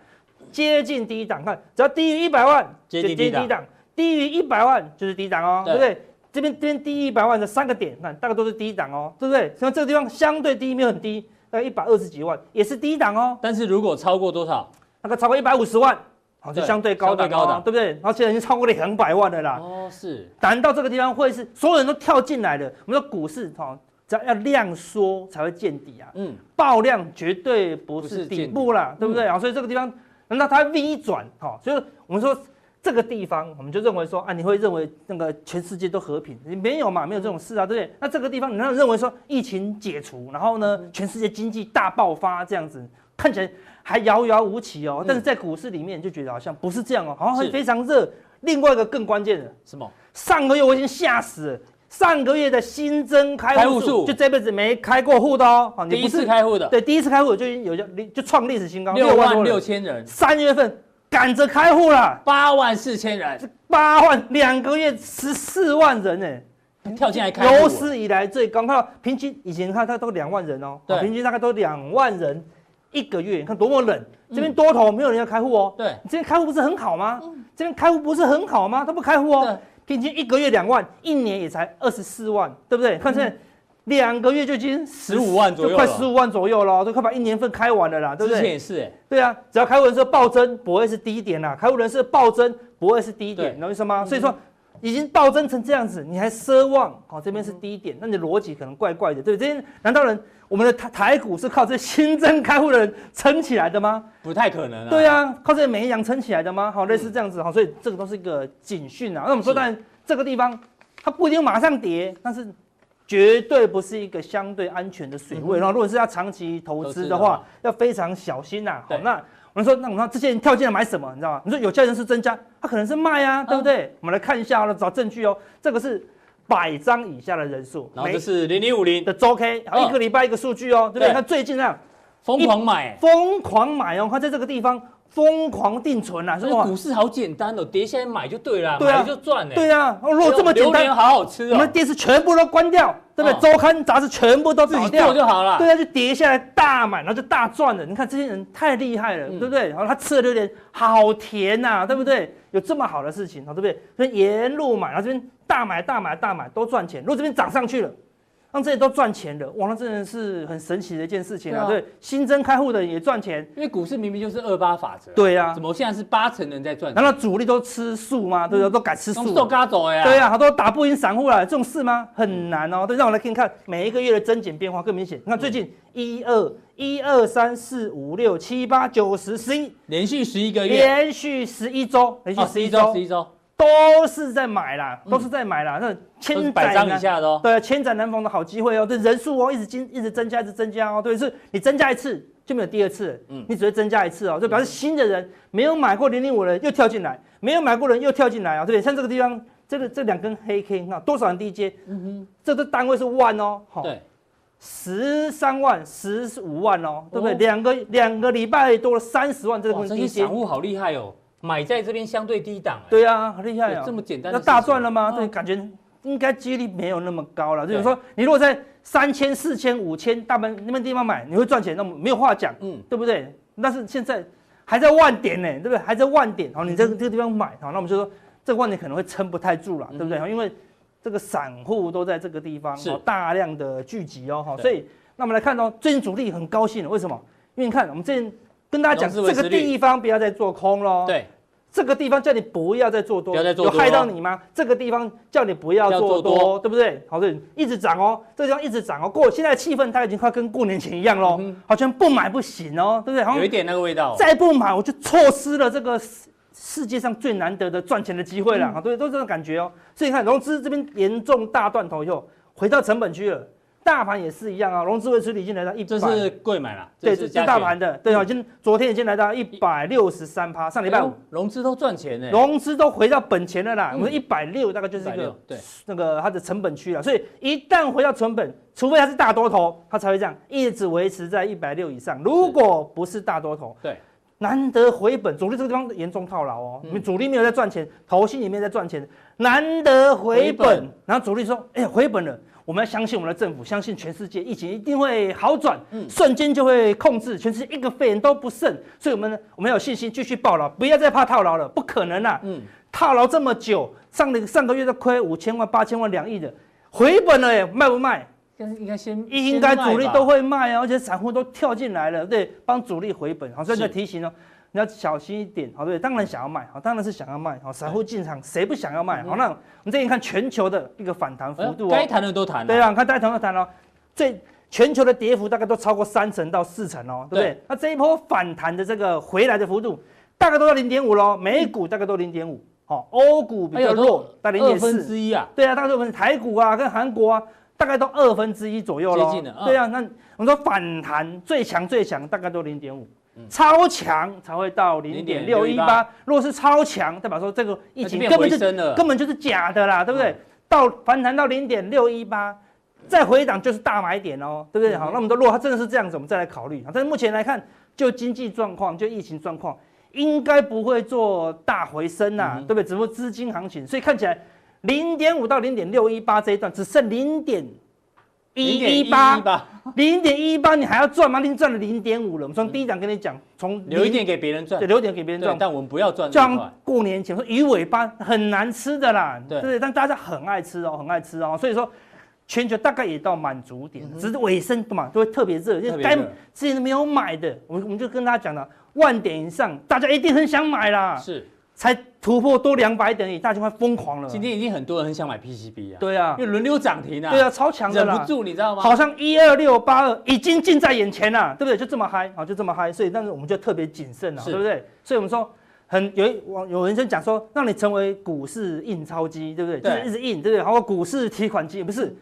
Speaker 3: 接近低档，看只要低于一百万
Speaker 1: 接
Speaker 3: 就
Speaker 1: 近低档
Speaker 3: 档，低于一百万就是低档哦，
Speaker 1: 对
Speaker 3: 对不对？这边这边低于一百万的三个点，看大概都是低档哦，对不对？像这个地方相对低，没有很低，大概一百二十几万，也是低档哦。
Speaker 1: 但是如果超过多少？
Speaker 3: 那个超过一百五十万，好，就
Speaker 1: 对
Speaker 3: 相对高档、哦
Speaker 1: 相对高档
Speaker 3: 对不对？然后现在已经超过了两百万了啦。
Speaker 1: 哦，是
Speaker 3: 难道这个地方会是所有人都跳进来的？我们说股市哈、哦，只要要量缩才会见底啊，
Speaker 1: 嗯，
Speaker 3: 爆量绝对不
Speaker 1: 不是
Speaker 3: 是
Speaker 1: 见底
Speaker 3: 底部啦，对不对啊、所以这个地方，难道它 V 转哈、哦？所以我们说这个地方，我们就认为说啊，你会认为那个全世界都和平？没有嘛，没有这种事啊，对不对？那这个地方，你难道认为说疫情解除，然后呢，全世界经济大爆发这样子？看起来还遥遥无期哦，但是在股市里面你就觉得好像不是这样哦，好像
Speaker 1: 是
Speaker 3: 会非常热。另外一个更关键的，
Speaker 1: 什么？
Speaker 3: 上个月我已经吓死了，上个月的新增开户
Speaker 1: 开户数
Speaker 3: 数就这辈子没开过户的哦，啊
Speaker 1: 第一次开户的
Speaker 3: 对第一次开户就已经有叫就创历史新高
Speaker 1: 六万
Speaker 3: 多人
Speaker 1: 六，千人，
Speaker 3: 三月份赶着开户了，
Speaker 1: 八万四千人
Speaker 3: 八万两个月十四万人哎、
Speaker 1: 跳进来开户
Speaker 3: 有
Speaker 1: 了，
Speaker 3: 史以来最高，看到平均以前看它都两万人哦，
Speaker 1: 对
Speaker 3: 啊平均大概都两万人一个月，你看多么冷，这边多头没有人要开户哦，
Speaker 1: 对，嗯
Speaker 3: 你这边开户不是很好吗？这边开户不是很好吗？他不开户哦，平均一个月两万，一年也才二十四万，对不对？看现在两个月就已经
Speaker 1: 15万左右
Speaker 3: 就快
Speaker 1: 了
Speaker 3: 十五万左右了，都快把一年份开完了啦，对
Speaker 1: 之
Speaker 3: 不
Speaker 1: 前
Speaker 3: 对？
Speaker 1: 也是哎，
Speaker 3: 对啊，只要开户人数暴增，不会是低点啦。开户人数暴增，不会是低
Speaker 1: 对
Speaker 3: 点，你懂我意思吗？所以说，已经暴增成这样子，你还奢望好、这边是低点，那你的逻辑可能怪怪的，对不对？这些难道人我们的台台股是靠这新增开户的人撑起来的吗？
Speaker 1: 不太可能啊。嗯
Speaker 3: 对，啊，靠这些美羊撑起来的吗？好，类似这样子，好，所以这个都是一个警讯啊。那我们说，
Speaker 1: 是
Speaker 3: 当然这个地方它不一定马上跌，但是绝对不是一个相对安全的水
Speaker 1: 嗯
Speaker 3: 位。然后，如果是要长期投资的话，要非常小心呐、好
Speaker 1: 对，
Speaker 3: 那我们说，那我们这些人跳进来买什么？你知道吗？你说有些人是增加，他可能是卖
Speaker 1: 嗯
Speaker 3: 啊，对不对？我们来看一下哦，找证据哦。这个是百张以下的人数，
Speaker 1: 然后
Speaker 3: 每
Speaker 1: 这是零零五零
Speaker 3: 的周 K，然
Speaker 1: 嗯
Speaker 3: 后一个礼拜一个数据哦，对不对？
Speaker 1: 对
Speaker 3: 看最近啊，
Speaker 1: 疯狂买，
Speaker 3: 疯狂买哦，他在这个地方疯狂定存啊，
Speaker 1: 所
Speaker 3: 说
Speaker 1: 以
Speaker 3: 哇，
Speaker 1: 股市好简单哦，跌下来买就对了，
Speaker 3: 对啊
Speaker 1: 买就赚了。
Speaker 3: 对啊，哦如果这么简
Speaker 1: 榴
Speaker 3: 单
Speaker 1: 莲，好好吃
Speaker 3: 我
Speaker 1: 哦
Speaker 3: 们，电视全部都关掉，对不
Speaker 1: 嗯
Speaker 3: 对？周刊杂志全部都
Speaker 1: 自己
Speaker 3: 倒掉
Speaker 1: 做。就好了。
Speaker 3: 对啊，就跌下来大买，然后就大赚了。你看这些人太厉害了，
Speaker 1: 嗯
Speaker 3: 对不对？然后他吃的榴莲好甜呐、对不对？有这么好的事情，哦好对不对？所以沿路买，然后这边大买大买大买都赚钱。如果这边涨上去了，让这些都赚钱了，哇，那真的是很神奇的一件事情啊！
Speaker 1: 对
Speaker 3: 对，新增开户的也赚钱，
Speaker 1: 因为股市明明就是二八法则，
Speaker 3: 对啊
Speaker 1: 怎么现在是八成人在赚钱？
Speaker 3: 难道主力都吃素吗？对不对？都改吃素
Speaker 1: 从
Speaker 3: 了
Speaker 1: 受。嘎走欸呀？
Speaker 3: 对，啊，好多打不赢散户了，这种事吗？很难哦。对，让我来给你看每一个月的增减变化更明显。你看最近一二一二三四五六七八九十十一，
Speaker 1: 连续十一个月，
Speaker 3: 连续十一周，连续
Speaker 1: 哦
Speaker 3: 十一
Speaker 1: 十一
Speaker 3: 周
Speaker 1: 周，
Speaker 3: 都是在买啦，都是在买啦。那
Speaker 1: 嗯都是
Speaker 3: 千
Speaker 1: 百
Speaker 3: 载
Speaker 1: 张以
Speaker 3: 难
Speaker 1: 下的哦。
Speaker 3: 对，千载难逢的好机会哦，对人数哦，一直增一直增加，一直增加哦，对，是你增加一次就没有第二次了，
Speaker 1: 嗯
Speaker 3: 你只会增加一次哦，就表示新的人没有买过零零五的人又跳进来，没有买过的人又跳进来啊、对不对？像这个地方，这个这两根黑 K，你看多少人低阶？这个单位是万哦，
Speaker 1: 嗯
Speaker 3: 好、
Speaker 1: 对，
Speaker 3: 十三万、十五万哦，对不对？
Speaker 1: 哦
Speaker 3: 两个两个礼拜多了三十万，这
Speaker 1: 哇，
Speaker 3: 个
Speaker 1: 这
Speaker 3: 低
Speaker 1: 些
Speaker 3: 阶
Speaker 1: 散，户好厉害哦，买在这边相对低档，哎
Speaker 3: 对啊，好厉害
Speaker 1: 有
Speaker 3: 啊、
Speaker 1: 这么简单的
Speaker 3: 那
Speaker 1: 事情，
Speaker 3: 大赚了吗？对，
Speaker 1: 嗯，
Speaker 3: 感觉应该几率没有那么高了。就是
Speaker 1: 对
Speaker 3: 说，你如果在三千、四千、五千大门那边地方买，你会赚钱，那么没有话讲，
Speaker 1: 嗯
Speaker 3: 对不对？但是现在还在万点呢，对不对？还在万点，哦好，你这个
Speaker 1: 嗯
Speaker 3: 这个地方买，哦好，那我们就说这个万点可能会撑不太住了，对不对？因为这个散户都在这个地方，
Speaker 1: 是
Speaker 3: 好大量的聚集哦，哈，
Speaker 1: 对
Speaker 3: 所以那我们来看哦，最近主力很高兴了，为什么？因为你看我们之前跟大家讲，
Speaker 1: 融资维
Speaker 3: 这个
Speaker 1: 持率
Speaker 3: 地方不要再做空喽，
Speaker 1: 对，
Speaker 3: 这个地方叫你不要再做多，
Speaker 1: 不要再做多
Speaker 3: 有害到你吗？这个地方叫你不要做多，
Speaker 1: 不要做
Speaker 3: 对不对？好的，一直涨哦，这个地方一直涨哦。过现在气氛它已经快跟过年前一样喽，
Speaker 1: 嗯
Speaker 3: 好像不买不行哦，对不对？好
Speaker 1: 有一
Speaker 3: 像
Speaker 1: 点那个味道哦，
Speaker 3: 再不买我就错失了这个世世界上最难得的赚钱的机会
Speaker 1: 嗯
Speaker 3: 了，好、对，都是这种感觉哦。所以你看融资这边严重大断头以后，回到成本区了，大盘也是一样啊、融资维持率已经来到一百
Speaker 1: 这。是嗯贵买啦，
Speaker 3: 对，这
Speaker 1: 加
Speaker 3: 这大
Speaker 1: 权
Speaker 3: 盘的，对啊，已经昨天已经来到一百六十三趴，上礼拜
Speaker 1: 哎
Speaker 3: 五
Speaker 1: 呦融资都赚钱欸呢，
Speaker 3: 融资都回到本钱了啦，
Speaker 1: 嗯
Speaker 3: 我们一百六大概就是一
Speaker 1: 160
Speaker 3: 个
Speaker 1: 对
Speaker 3: 那个它的成本区了，所以一旦回到成本，除非它是大多头，它才会这样一直维持在一百六以上。如果不是大多头，
Speaker 1: 对，
Speaker 3: 难得回本，主力这个地方严重套牢哦，你们主力没有在赚钱，投信也没有在赚钱，难得回
Speaker 1: 回
Speaker 3: 本
Speaker 1: 本，
Speaker 3: 然后主力说，哎、呀，回本了。我们要相信我们的政府，相信全世界疫情一定会好转，
Speaker 1: 嗯
Speaker 3: 瞬间就会控制，全世界一个肺炎都不剩，所以我们呢，我们要有信心继续抱牢，不要再怕套牢了，不可能啦，
Speaker 1: 嗯，
Speaker 3: 套牢这么久，上个上个月都亏五千万、八千万、两亿的，回本了耶，卖不卖？
Speaker 1: 但是应该先
Speaker 3: 应该主力都
Speaker 1: 会
Speaker 3: 会卖啊，而且散户都跳进来了，对，帮主力回本。好，所以就提醒哦，你要小心一点，好，对，当然想要卖，好，当然是想要卖，好，散户进场谁不想要
Speaker 1: 嗯
Speaker 3: 卖？好，那我们这里看全球的一个反弹幅度
Speaker 1: 哎该
Speaker 3: 哦，
Speaker 1: 谈的都谈了，
Speaker 3: 对啊，你看大家同样谈哦，最全球的跌幅大概都超过三成到四成哦，对不对
Speaker 1: 对？
Speaker 3: 那这一波反弹的这个回来的幅度大概都到零点五喽，美股大概都零点五，好，欧股比
Speaker 1: 哎
Speaker 3: 较
Speaker 1: 呦，
Speaker 3: 弱
Speaker 1: 都，
Speaker 3: 大概零点
Speaker 1: 二
Speaker 3: 四
Speaker 1: 分。之一啊，
Speaker 3: 对啊，大概我们台股啊跟韩国啊，大概都二分之一左右咯
Speaker 1: 接近了嗯
Speaker 3: 对啊，那我们说反弹最强最强大概都零点五。
Speaker 1: 嗯
Speaker 3: 超强才会到零点六一
Speaker 1: 0.618
Speaker 3: 八，如果是超强，代表说这个疫
Speaker 1: 那就
Speaker 3: 情
Speaker 1: 变
Speaker 3: 根
Speaker 1: 回
Speaker 3: 本就
Speaker 1: 升了，嗯
Speaker 3: 根本就是假的啦，对不对？到反弹到零点六一八，再回档就是大买点哦，对不对？
Speaker 1: 嗯
Speaker 3: 好，那我们都如果它真的是这样子，我们再来考虑。啊但是目前来看，就经济状况，就疫情状况，应该不会做大回升呐、
Speaker 1: 嗯
Speaker 3: 对不对？只不过资金行情，所以看起来零点五到零点六一八这一段只剩零点一一八
Speaker 1: 0.118，吧，
Speaker 3: 零点一八你还要赚吗？你已经赚了零点五了，我们从第一档跟你讲，从
Speaker 1: 嗯留一
Speaker 3: 零，
Speaker 1: 点给别人赚
Speaker 3: 对，，留一点给别人赚
Speaker 1: 对，。但我们不要赚
Speaker 3: 就
Speaker 1: 这一块
Speaker 3: 像，过年前说鱼尾巴很难吃的啦，
Speaker 1: 对
Speaker 3: 对，但大家很爱吃哦，很爱吃哦，所以说全球大概也到满足点，只是尾声嘛都会特别热，因
Speaker 1: 嗯特
Speaker 3: 为
Speaker 1: 别
Speaker 3: 该
Speaker 1: 热
Speaker 3: 之前都没有买的，我我们就跟大家讲了，万点以上大家一定很想买啦，
Speaker 1: 是，
Speaker 3: 才突破多两百点而已，大家快疯狂了。
Speaker 1: 今天已经很多人很想买 PCB 啊，
Speaker 3: 嗯对啊
Speaker 1: 因，为轮流涨停啊，
Speaker 3: 对啊，，超强的
Speaker 1: 忍
Speaker 3: 啦
Speaker 1: 不，住你知道吗？
Speaker 3: 好像一二六八二已经近在眼前了，对不对？就这么嗨啊，就这么嗨，所以但是我们就特别谨慎了，
Speaker 1: 是
Speaker 3: 对不对？所以我们说很有一网有人就讲说，让你成为股市印钞机，对不对？就
Speaker 1: 对
Speaker 3: 是一直印，对不对？然后股市提款机不是。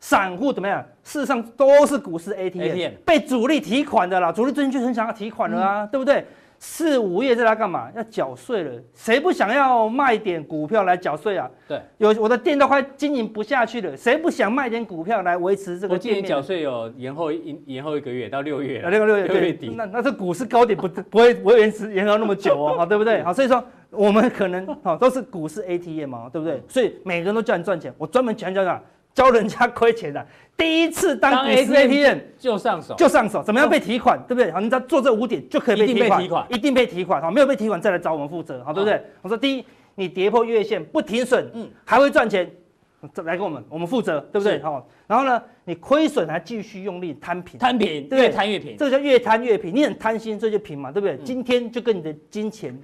Speaker 3: 散户怎么样？事实上都是股市 ATM,
Speaker 1: ATM
Speaker 3: 被主力提款的啦，主力最近就很想要提款了
Speaker 1: 嗯
Speaker 3: 啊，对不对？四五月在那干嘛？要缴税了，谁不想要卖点股票来缴税啊？
Speaker 1: 对，
Speaker 3: 有我的店都快经营不下去了，谁不想卖点股票来维持这
Speaker 1: 我
Speaker 3: 个
Speaker 1: 今年
Speaker 3: 店面
Speaker 1: 缴
Speaker 3: 呢？
Speaker 1: 税有延后一延后一个月到六月
Speaker 3: 啊，
Speaker 1: 了，
Speaker 3: 六个六月
Speaker 1: 六月
Speaker 3: 对
Speaker 1: 底
Speaker 3: 那那这股市高点不不会不会延迟延到那么久哦，好对不对？
Speaker 1: <laughs>
Speaker 3: 好，所以说我们可能好都是股市 ATM 哦，对不对？
Speaker 1: 嗯
Speaker 3: 所以每个人都叫你赚钱，我专门强调啊，教人家亏钱的，第一次当
Speaker 1: 当
Speaker 3: 股市
Speaker 1: ATM
Speaker 3: ATM
Speaker 1: 就上手，
Speaker 3: 就上手，怎么样被提款，对不对？好，你只要做这五点就可以被
Speaker 1: 一定
Speaker 3: 提款，
Speaker 1: 被提款
Speaker 3: 一定被提款，好，没有被提款再来找我们负责，好，对不对？我说第一，你跌破月线不停损，
Speaker 1: 嗯
Speaker 3: 嗯，还会赚钱，这来跟我们，我们负责，对不对？
Speaker 1: 是
Speaker 3: 好，然后呢，你亏损还继续用力摊平，
Speaker 1: 摊平，
Speaker 3: 对
Speaker 1: 越摊越平，嗯
Speaker 3: 这个叫越贪越平，你很贪心，所以就平嘛，对不对？今天就跟你的金钱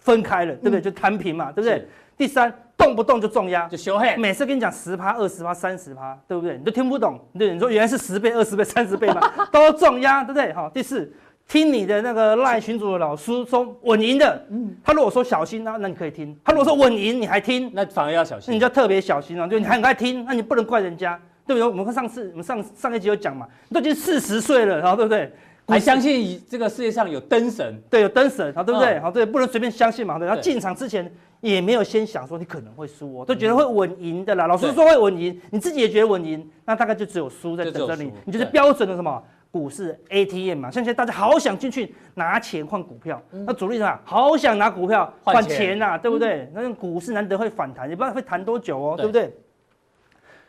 Speaker 3: 分开了，对不对？就摊平嘛，对不对
Speaker 1: 嗯是？
Speaker 3: 第三，动不动就重压
Speaker 1: 就，修 h
Speaker 3: 每次跟你讲十趴、二十趴、三十趴，对不对？你都听不懂，对，你说原来是十倍、二十倍、三十倍嘛， <laughs> 都重压，对不对？好，第四。听你的那个赖群主的老师说稳赢的，
Speaker 1: 嗯
Speaker 3: 他如果说小心啊那那你可以听；他如果说稳赢，你还听，
Speaker 1: 那反而要小
Speaker 3: 那
Speaker 1: 心
Speaker 3: 你就。要特别小心了、啊就你还很爱听，那你不能怪人家，对不对？我们上次我们上上一集有讲嘛，你都已经四十岁了，然后对不对？
Speaker 1: 还相信以这个世界上有灯神，
Speaker 3: 对，有灯神，好，对不对？
Speaker 1: 嗯
Speaker 3: 好，对，不能随便相信嘛，对。他
Speaker 1: 对
Speaker 3: 进场之前也没有先想说你可能会输哦，都觉得会稳赢的啦。老师
Speaker 1: 嗯对
Speaker 3: 说会稳赢，你自己也觉得稳赢，那大概就只有输在
Speaker 1: 就只有
Speaker 3: 等着你
Speaker 1: 输，
Speaker 3: 你就是
Speaker 1: 对
Speaker 3: 标准的什么？股市 ATM 嘛，像现在大家好想进去拿钱换股票，那主力啊好想拿股票
Speaker 1: 嗯换
Speaker 3: 换
Speaker 1: 钱嗯
Speaker 3: 钱啊呐，对不对？那股市难得会反弹，也不知道会弹多久哦，
Speaker 1: 对
Speaker 3: 对不对？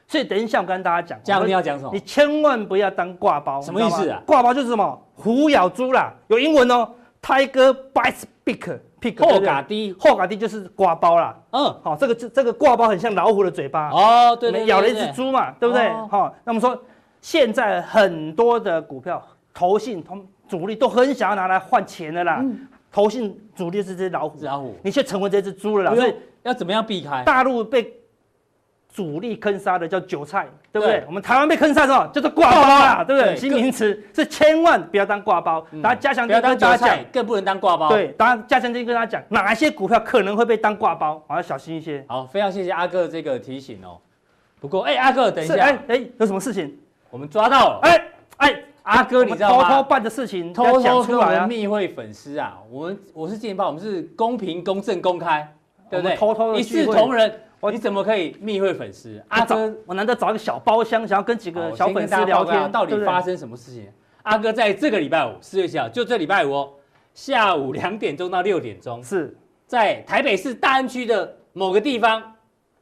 Speaker 3: 所以等一下我跟大家讲，
Speaker 1: 这样
Speaker 3: 我
Speaker 1: 你
Speaker 3: 们
Speaker 1: 要讲什么
Speaker 3: 你？千万不要当挂包，
Speaker 1: 哦什么意思啊
Speaker 3: 你知道吗挂包就是什么虎咬猪啦，有英文哦，Tiger bites pig pig
Speaker 1: 破嘎低，
Speaker 3: 后嘎地就是挂包啦。
Speaker 1: 嗯，
Speaker 3: 好、这个就这个挂包很像老虎的嘴巴，
Speaker 1: 哦，对
Speaker 3: 你
Speaker 1: 对，
Speaker 3: 们
Speaker 1: 对
Speaker 3: 咬了一
Speaker 1: 对
Speaker 3: 只
Speaker 1: 对
Speaker 3: 猪嘛，对不对？
Speaker 1: 哦
Speaker 3: 好、那么说现在很多的股票投信同主力都很想要拿来换钱的啦，投信主力是这只老虎
Speaker 1: 是，嗯老虎，
Speaker 3: 你却成为这只猪了啦，
Speaker 1: 不
Speaker 3: 所以
Speaker 1: 用要怎么样避开？
Speaker 3: 大陆被主力坑杀的叫韭菜，对不对？
Speaker 1: 对啊
Speaker 3: 我们台湾被坑杀的时候叫做挂包啦，对不对？
Speaker 1: 对
Speaker 3: 新名词，所以千万不要当挂包
Speaker 1: 嗯，
Speaker 3: 大家加强
Speaker 1: 不要
Speaker 3: 跟大
Speaker 1: 当
Speaker 3: 家
Speaker 1: 韭
Speaker 3: 讲
Speaker 1: 菜，，更不能当挂包。，
Speaker 3: 对，大家加强跟大家讲哪一些股票可能会被当挂包，好要小心一些。
Speaker 1: 好，非常谢谢阿哥这个提醒哦。不过，哎，阿哥，等一
Speaker 3: 是哎
Speaker 1: 下，
Speaker 3: 哎，有什么事情？
Speaker 1: 我们抓到了
Speaker 3: 哎哎，
Speaker 1: 阿哥，你知道
Speaker 3: 我们偷偷
Speaker 1: 吗？
Speaker 3: 办的事情要
Speaker 1: 偷偷
Speaker 3: 讲
Speaker 1: 跟
Speaker 3: 出
Speaker 1: 我
Speaker 3: 来
Speaker 1: 们
Speaker 3: 啊，
Speaker 1: 密会粉丝啊，我们我是金钱豹，我们是公平、公正、公开，对不对？
Speaker 3: 我们偷偷地
Speaker 1: 一视
Speaker 3: 聚会
Speaker 1: 同仁。
Speaker 3: 我
Speaker 1: 你怎么可以密会粉丝？阿
Speaker 3: 阿
Speaker 1: 哥
Speaker 3: 哥，我难得啊找一个小包厢，想要跟几
Speaker 1: 好
Speaker 3: 个
Speaker 1: 我
Speaker 3: 小
Speaker 1: 先跟
Speaker 3: 粉
Speaker 1: 大
Speaker 3: 丝
Speaker 1: 家
Speaker 3: 聊
Speaker 1: 报告啊
Speaker 3: 天，
Speaker 1: 到底
Speaker 3: 对不对
Speaker 1: 发生什么事情？阿哥在这个礼拜五，四月七号，就这礼拜五哦，下午两点钟到六点钟，
Speaker 3: 是
Speaker 1: 在台北市大安区的某个地方，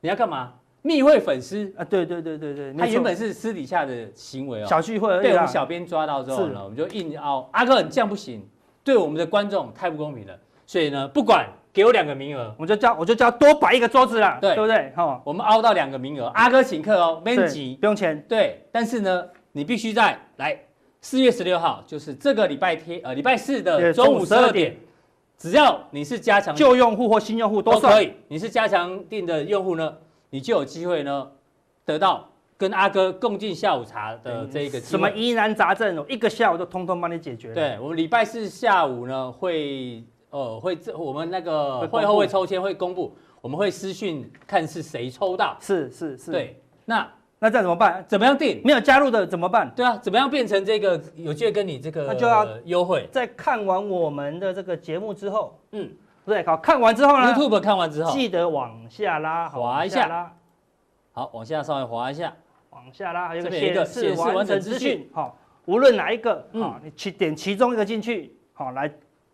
Speaker 1: 你要干嘛？密会粉丝，
Speaker 3: 啊，对对对对对，没
Speaker 1: 他原
Speaker 3: 错
Speaker 1: 本是私底下的行为哦，
Speaker 3: 小聚会而已
Speaker 1: 被我
Speaker 3: 啦
Speaker 1: 们，小编抓到之后呢，
Speaker 3: 是
Speaker 1: 我们就硬凹阿哥，你这样不行，对我们的观众太不公平了。所以呢，不管给我两个名额，
Speaker 3: 我就叫我就叫多摆一个桌子啦，
Speaker 1: 对
Speaker 3: 对不对？哈，
Speaker 1: 我们凹到两个名额，阿哥请客哦，没人
Speaker 3: 对
Speaker 1: 急。
Speaker 3: 不用钱，
Speaker 1: 对，但是呢，你必须在来四月十六号，就是这个礼拜天呃礼拜四的
Speaker 3: 对
Speaker 1: 中午
Speaker 3: 中午
Speaker 1: 十二
Speaker 3: 12
Speaker 1: 点，只要你是加强订
Speaker 3: 旧用户或新用户
Speaker 1: 都
Speaker 3: 都
Speaker 1: 可
Speaker 3: 算。
Speaker 1: 以，你是加强订的用户呢，你就有机会呢得到跟阿哥共进下午茶的这一个机
Speaker 3: 哎嗯什么
Speaker 1: 会。
Speaker 3: 疑难杂症，我一个下午就通通帮你解决了。
Speaker 1: 对，我们礼拜四下午呢会呃会这我们那个
Speaker 3: 会
Speaker 1: 会
Speaker 3: 公
Speaker 1: 后
Speaker 3: 布
Speaker 1: 会抽签会公布，我们会私讯看是谁抽到。
Speaker 3: 是是是。，
Speaker 1: 对，那
Speaker 3: 那这样怎么办？
Speaker 1: 怎么样定？
Speaker 3: 没有加入的怎么办？
Speaker 1: 对啊，怎么样变成这个有机会跟你这个
Speaker 3: 那就要
Speaker 1: 优惠？
Speaker 3: 在看完我们的这个节目之后，
Speaker 1: 嗯
Speaker 3: 对，好，看完之后呢，
Speaker 1: ，YouTube 看完之后，
Speaker 3: 记得往下拉，好
Speaker 1: 滑一
Speaker 3: 往
Speaker 1: 下
Speaker 3: 下拉，
Speaker 1: 好，往下稍微滑一下，
Speaker 3: 往下拉，还有一
Speaker 1: 这
Speaker 3: 个
Speaker 1: 边有一个
Speaker 3: 显
Speaker 1: 显
Speaker 3: 示
Speaker 1: 示完
Speaker 3: 完
Speaker 1: 整
Speaker 3: 整
Speaker 1: 资
Speaker 3: 资
Speaker 1: 讯
Speaker 3: 讯，好，无论哪一个，
Speaker 1: 嗯
Speaker 3: 好，你去点其中一个进去，好，来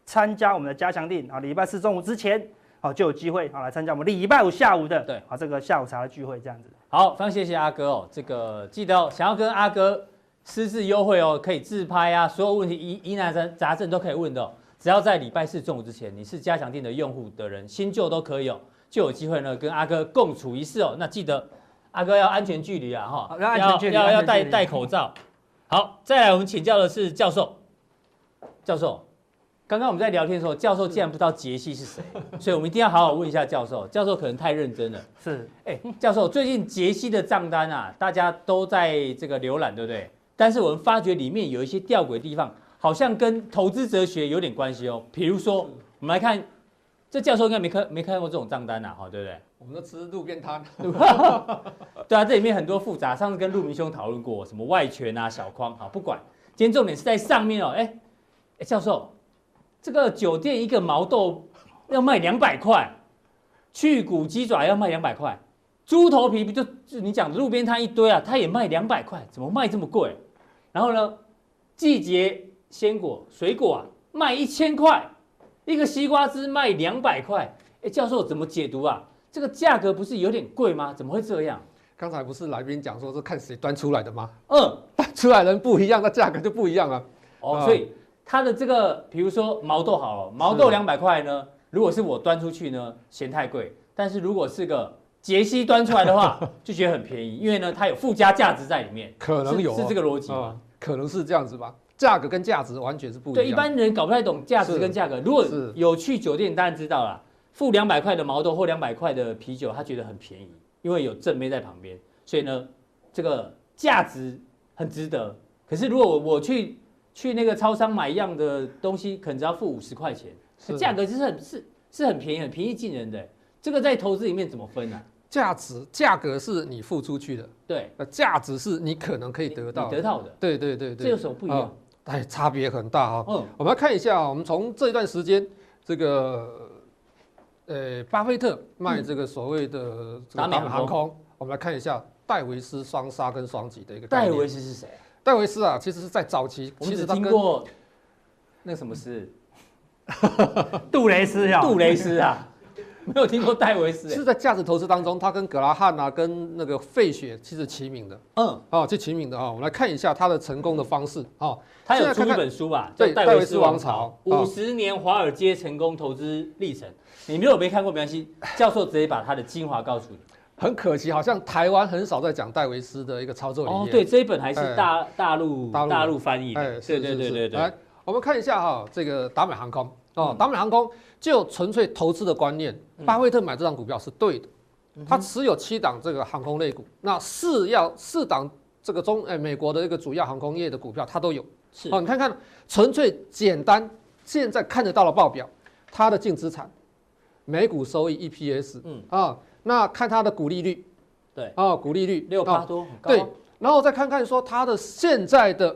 Speaker 3: 参加我们的加强定，好，礼拜四中午之前，好就有机会，好来参加我们礼拜五下午的，
Speaker 1: 对，
Speaker 3: 好这个下午茶的聚会这样子。
Speaker 1: 好，非常谢谢阿哥哦，这个记得哦，想要跟阿哥私自优惠哦，可以自拍啊，所有问题疑疑难杂杂症都可以问的、哦，只要在礼拜四中午之前，你是加强店的用户的人，新旧都可以哦，就有机会呢跟阿哥共处一室哦。那记得阿哥要安全距离啊哈，
Speaker 3: 好要安全距离
Speaker 1: 要
Speaker 3: 安
Speaker 1: 要
Speaker 3: 全距
Speaker 1: 戴
Speaker 3: 离
Speaker 1: 戴口罩。好，再来我们请教的是教授，教授。刚刚我们在聊天的时候，教授竟然不知道杰西是谁，所以我们一定要好好问一下教授。教授可能太认真了。 <laughs>
Speaker 3: 是，
Speaker 1: 哎，教授，最近杰西的账单啊，大家都在这个浏览，对不对？但是我们发觉里面有一些吊诡的地方，好像跟投资哲学有点关系哦。比如说，我们来看这教授应该没看没看过这种账单呐、啊哈，对不对？
Speaker 4: 我们都吃路边摊，
Speaker 1: <laughs> 对啊，这里面很多复杂，上次跟陆明兄讨论过，什么外权啊、小框，好不管。今天重点是在上面哦，哎，哎，教授，这个酒店一个毛豆要卖两百块，去骨鸡爪要卖两百块，猪头皮不就就你讲的路边摊一堆啊，它也卖两百块，怎么卖这么贵？然后呢，季节鲜果水果啊卖一千块，一个西瓜汁卖两百块，哎，教授怎么解读啊？这个价格不是有点贵吗？怎么会这样？
Speaker 4: 刚才不是来宾讲说是看谁端出来的吗？
Speaker 1: 嗯，
Speaker 4: 端出来人不一样，那价格就不一样啊。
Speaker 1: 哦，
Speaker 4: 啊
Speaker 1: 所以它的这个，比如说毛豆好了，毛豆
Speaker 4: 是
Speaker 1: 两百块呢，如果是我端出去呢，嫌太贵；但是如果是个杰西端出来的
Speaker 4: <laughs>
Speaker 1: 话，就觉得很便宜，因为呢它有附加价值在里面，
Speaker 4: 可能有、啊
Speaker 1: 是是这
Speaker 4: 个
Speaker 1: 个逻辑吗？
Speaker 4: 可能是这样子吧。价格跟价值完全是不一样。
Speaker 1: 对，一般人搞不太懂价值
Speaker 4: 是
Speaker 1: 跟价格。如果
Speaker 4: 是
Speaker 1: 有去酒店，当然知道啦，付两百块的毛豆或两百块的啤酒，他觉得很便宜，因为有正妹在旁边，所以呢，这个价值很值得。可是如果我我去去那个超商买一样的东西，可能只要付五十块钱，
Speaker 4: 是
Speaker 1: 价格其实很是是很便宜，很平易近人的。这个在投资里面怎么分啊？
Speaker 4: 价值价格是你付出去的，
Speaker 1: 对，
Speaker 4: 那价值是你可能可以得到
Speaker 1: 你
Speaker 4: 的。
Speaker 1: 得到的，
Speaker 4: 对对对
Speaker 1: 这
Speaker 4: 对
Speaker 1: 有，什么不一样？
Speaker 4: 哎，差别很大啊、
Speaker 1: 嗯，
Speaker 4: 我们来看一下啊、我们从这段时间，这个呃，巴菲特卖这个所谓的这个
Speaker 1: 达美航空
Speaker 4: 航空，我们来看一下戴维斯双杀跟双击的一个概
Speaker 1: 戴
Speaker 4: 念。
Speaker 1: 维斯是谁？
Speaker 4: 戴维斯啊，其实是在早期，
Speaker 1: 我
Speaker 4: 其
Speaker 1: 们只
Speaker 4: 实他
Speaker 1: 听
Speaker 4: 跟嗯
Speaker 1: 过那什么斯，
Speaker 3: 杜蕾斯呀，
Speaker 1: 杜蕾斯啊， <laughs> 没有听过戴维斯、欸
Speaker 4: 是。在价值投资当中，他跟格拉汉啊，跟那个费雪其实齐名的
Speaker 1: 嗯，
Speaker 4: 啊，就齐名的啊。我们来看一下他的成功的方式啊，
Speaker 1: 他有
Speaker 4: 现在
Speaker 1: 出
Speaker 4: 看
Speaker 1: 一
Speaker 4: 看
Speaker 1: 本书吧，叫
Speaker 4: 对
Speaker 1: 《戴维
Speaker 4: 戴维
Speaker 1: 斯
Speaker 4: 斯
Speaker 1: 王
Speaker 4: 王
Speaker 1: 朝
Speaker 4: 朝》，哦
Speaker 1: 五十年华尔街成功投资历程。你们如果没看过没关系，教授直接把他的精华告诉你。
Speaker 4: 很可惜，好像台湾很少在讲戴维斯的一个操作理
Speaker 1: 哦
Speaker 4: 念。，
Speaker 1: 对，，这一本还是
Speaker 4: 哎
Speaker 1: 大大陆
Speaker 4: 大陆
Speaker 1: 大陆翻译
Speaker 4: 哎
Speaker 1: 的，，对
Speaker 4: 是
Speaker 1: 对
Speaker 4: 是
Speaker 1: 对
Speaker 4: 是
Speaker 1: 对对
Speaker 4: 来，我们看一下哈，这个达美航空
Speaker 1: 嗯
Speaker 4: 哦，达美航空就纯粹投资的观念，巴菲特买这张股票是对的，
Speaker 1: 嗯
Speaker 4: 他持有七档这个航空类股，那四要四档这个中哎美国的一个主要航空业的股票他都有。
Speaker 1: 是
Speaker 4: 哦，你看看，纯粹简单，现在看得到的报表，它的净资产、每股收益 EPS，
Speaker 1: 嗯
Speaker 4: 嗯啊、那看它的股利率，
Speaker 1: 对
Speaker 4: 啊、股利率
Speaker 1: 六八
Speaker 4: 啊
Speaker 1: 多，很高
Speaker 4: 对，然后再看看说它的现在的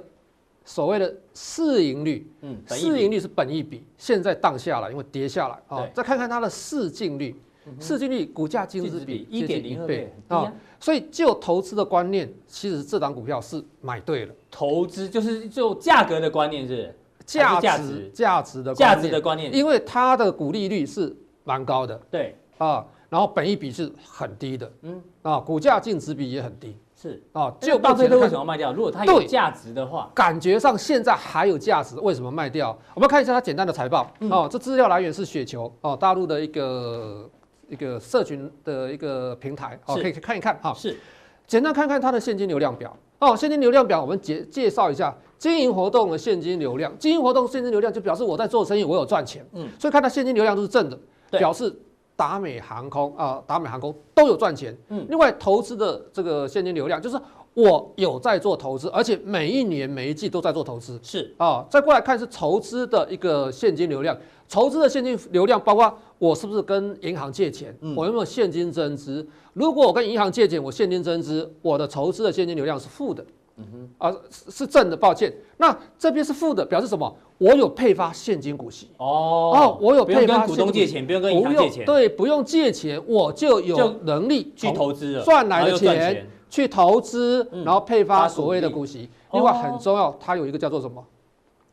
Speaker 4: 所谓的市盈率，
Speaker 1: 嗯，本益比
Speaker 4: 市盈率是本益比，现在荡下来，因为跌下来啊、
Speaker 1: 对嗯
Speaker 4: 再看看它的市净率，市净率股价净
Speaker 1: 净
Speaker 4: 值
Speaker 1: 值比
Speaker 4: 比
Speaker 1: 一
Speaker 4: 接
Speaker 1: 点
Speaker 4: 近
Speaker 1: 零二
Speaker 4: 倍哦
Speaker 1: 倍，很低啊。
Speaker 4: 所以就投资的观念，其实这档股票是买对了。
Speaker 1: 投资就是就价格的观念是
Speaker 4: 价
Speaker 1: 还是价值
Speaker 4: 值价值的
Speaker 1: 价
Speaker 4: 观
Speaker 1: 值
Speaker 4: 念
Speaker 1: 的观念，
Speaker 4: 因为它的股利率是蛮高的
Speaker 1: 对，
Speaker 4: 啊，然后本益比是很低的，
Speaker 1: 嗯
Speaker 4: 嗯啊，股价净值比也很低
Speaker 1: 是。
Speaker 4: 啊。
Speaker 1: 就
Speaker 4: 就
Speaker 1: 巴菲特为什么
Speaker 4: 么
Speaker 1: 要卖掉？如果它有
Speaker 4: 对
Speaker 1: 价值的话，
Speaker 4: 感觉上现在还有价值，为什么卖掉？我们看一下它简单的财报
Speaker 1: 嗯
Speaker 4: 哦，这资料来源是雪球哦，大陆的一个一个社群的一个平台哦，
Speaker 1: 是
Speaker 4: 可以看一看哈。
Speaker 1: 是
Speaker 4: 简单看看它的现金流量表哦，现金流量表我们介介绍一下经营活动的现金流量，经营活动现金流量就表示我在做生意，我有赚钱，
Speaker 1: 嗯
Speaker 4: 嗯，所以看它现金流量都是正的，
Speaker 1: 对
Speaker 4: 表示达美航空啊、达美航空都有赚钱，
Speaker 1: 嗯
Speaker 4: 嗯，另外投资的这个现金流量就是我有在做投资，而且每一年每一季都在做投资。
Speaker 1: 是，
Speaker 4: 啊、再过来看是筹资的一个现金流量，筹资的现金流量包括我是不是跟银行借钱，
Speaker 1: 嗯
Speaker 4: 我有没有现金增资？如果我跟银行借钱，我现金增资，我的筹资的现金流量是负的，嗯哼，啊是是正的，抱歉，那这边是负的，表示什么？我有配发现金股息，
Speaker 1: 哦
Speaker 4: 哦我有
Speaker 1: 不用
Speaker 4: 配发
Speaker 1: 跟股东
Speaker 4: 现金
Speaker 1: 借钱，不用跟银行
Speaker 4: 不用
Speaker 1: 借钱，
Speaker 4: 对，不用借钱，我就
Speaker 1: 就
Speaker 4: 有能力
Speaker 1: 去投资了，
Speaker 4: 赚来
Speaker 1: 然后
Speaker 4: 的
Speaker 1: 又赚
Speaker 4: 钱，去投资，
Speaker 1: 嗯
Speaker 4: 然后配
Speaker 1: 发
Speaker 4: 发
Speaker 1: 股
Speaker 4: 所谓的
Speaker 1: 利
Speaker 4: 股息。
Speaker 1: 哦
Speaker 4: 另外很重要，它有一个叫做什么？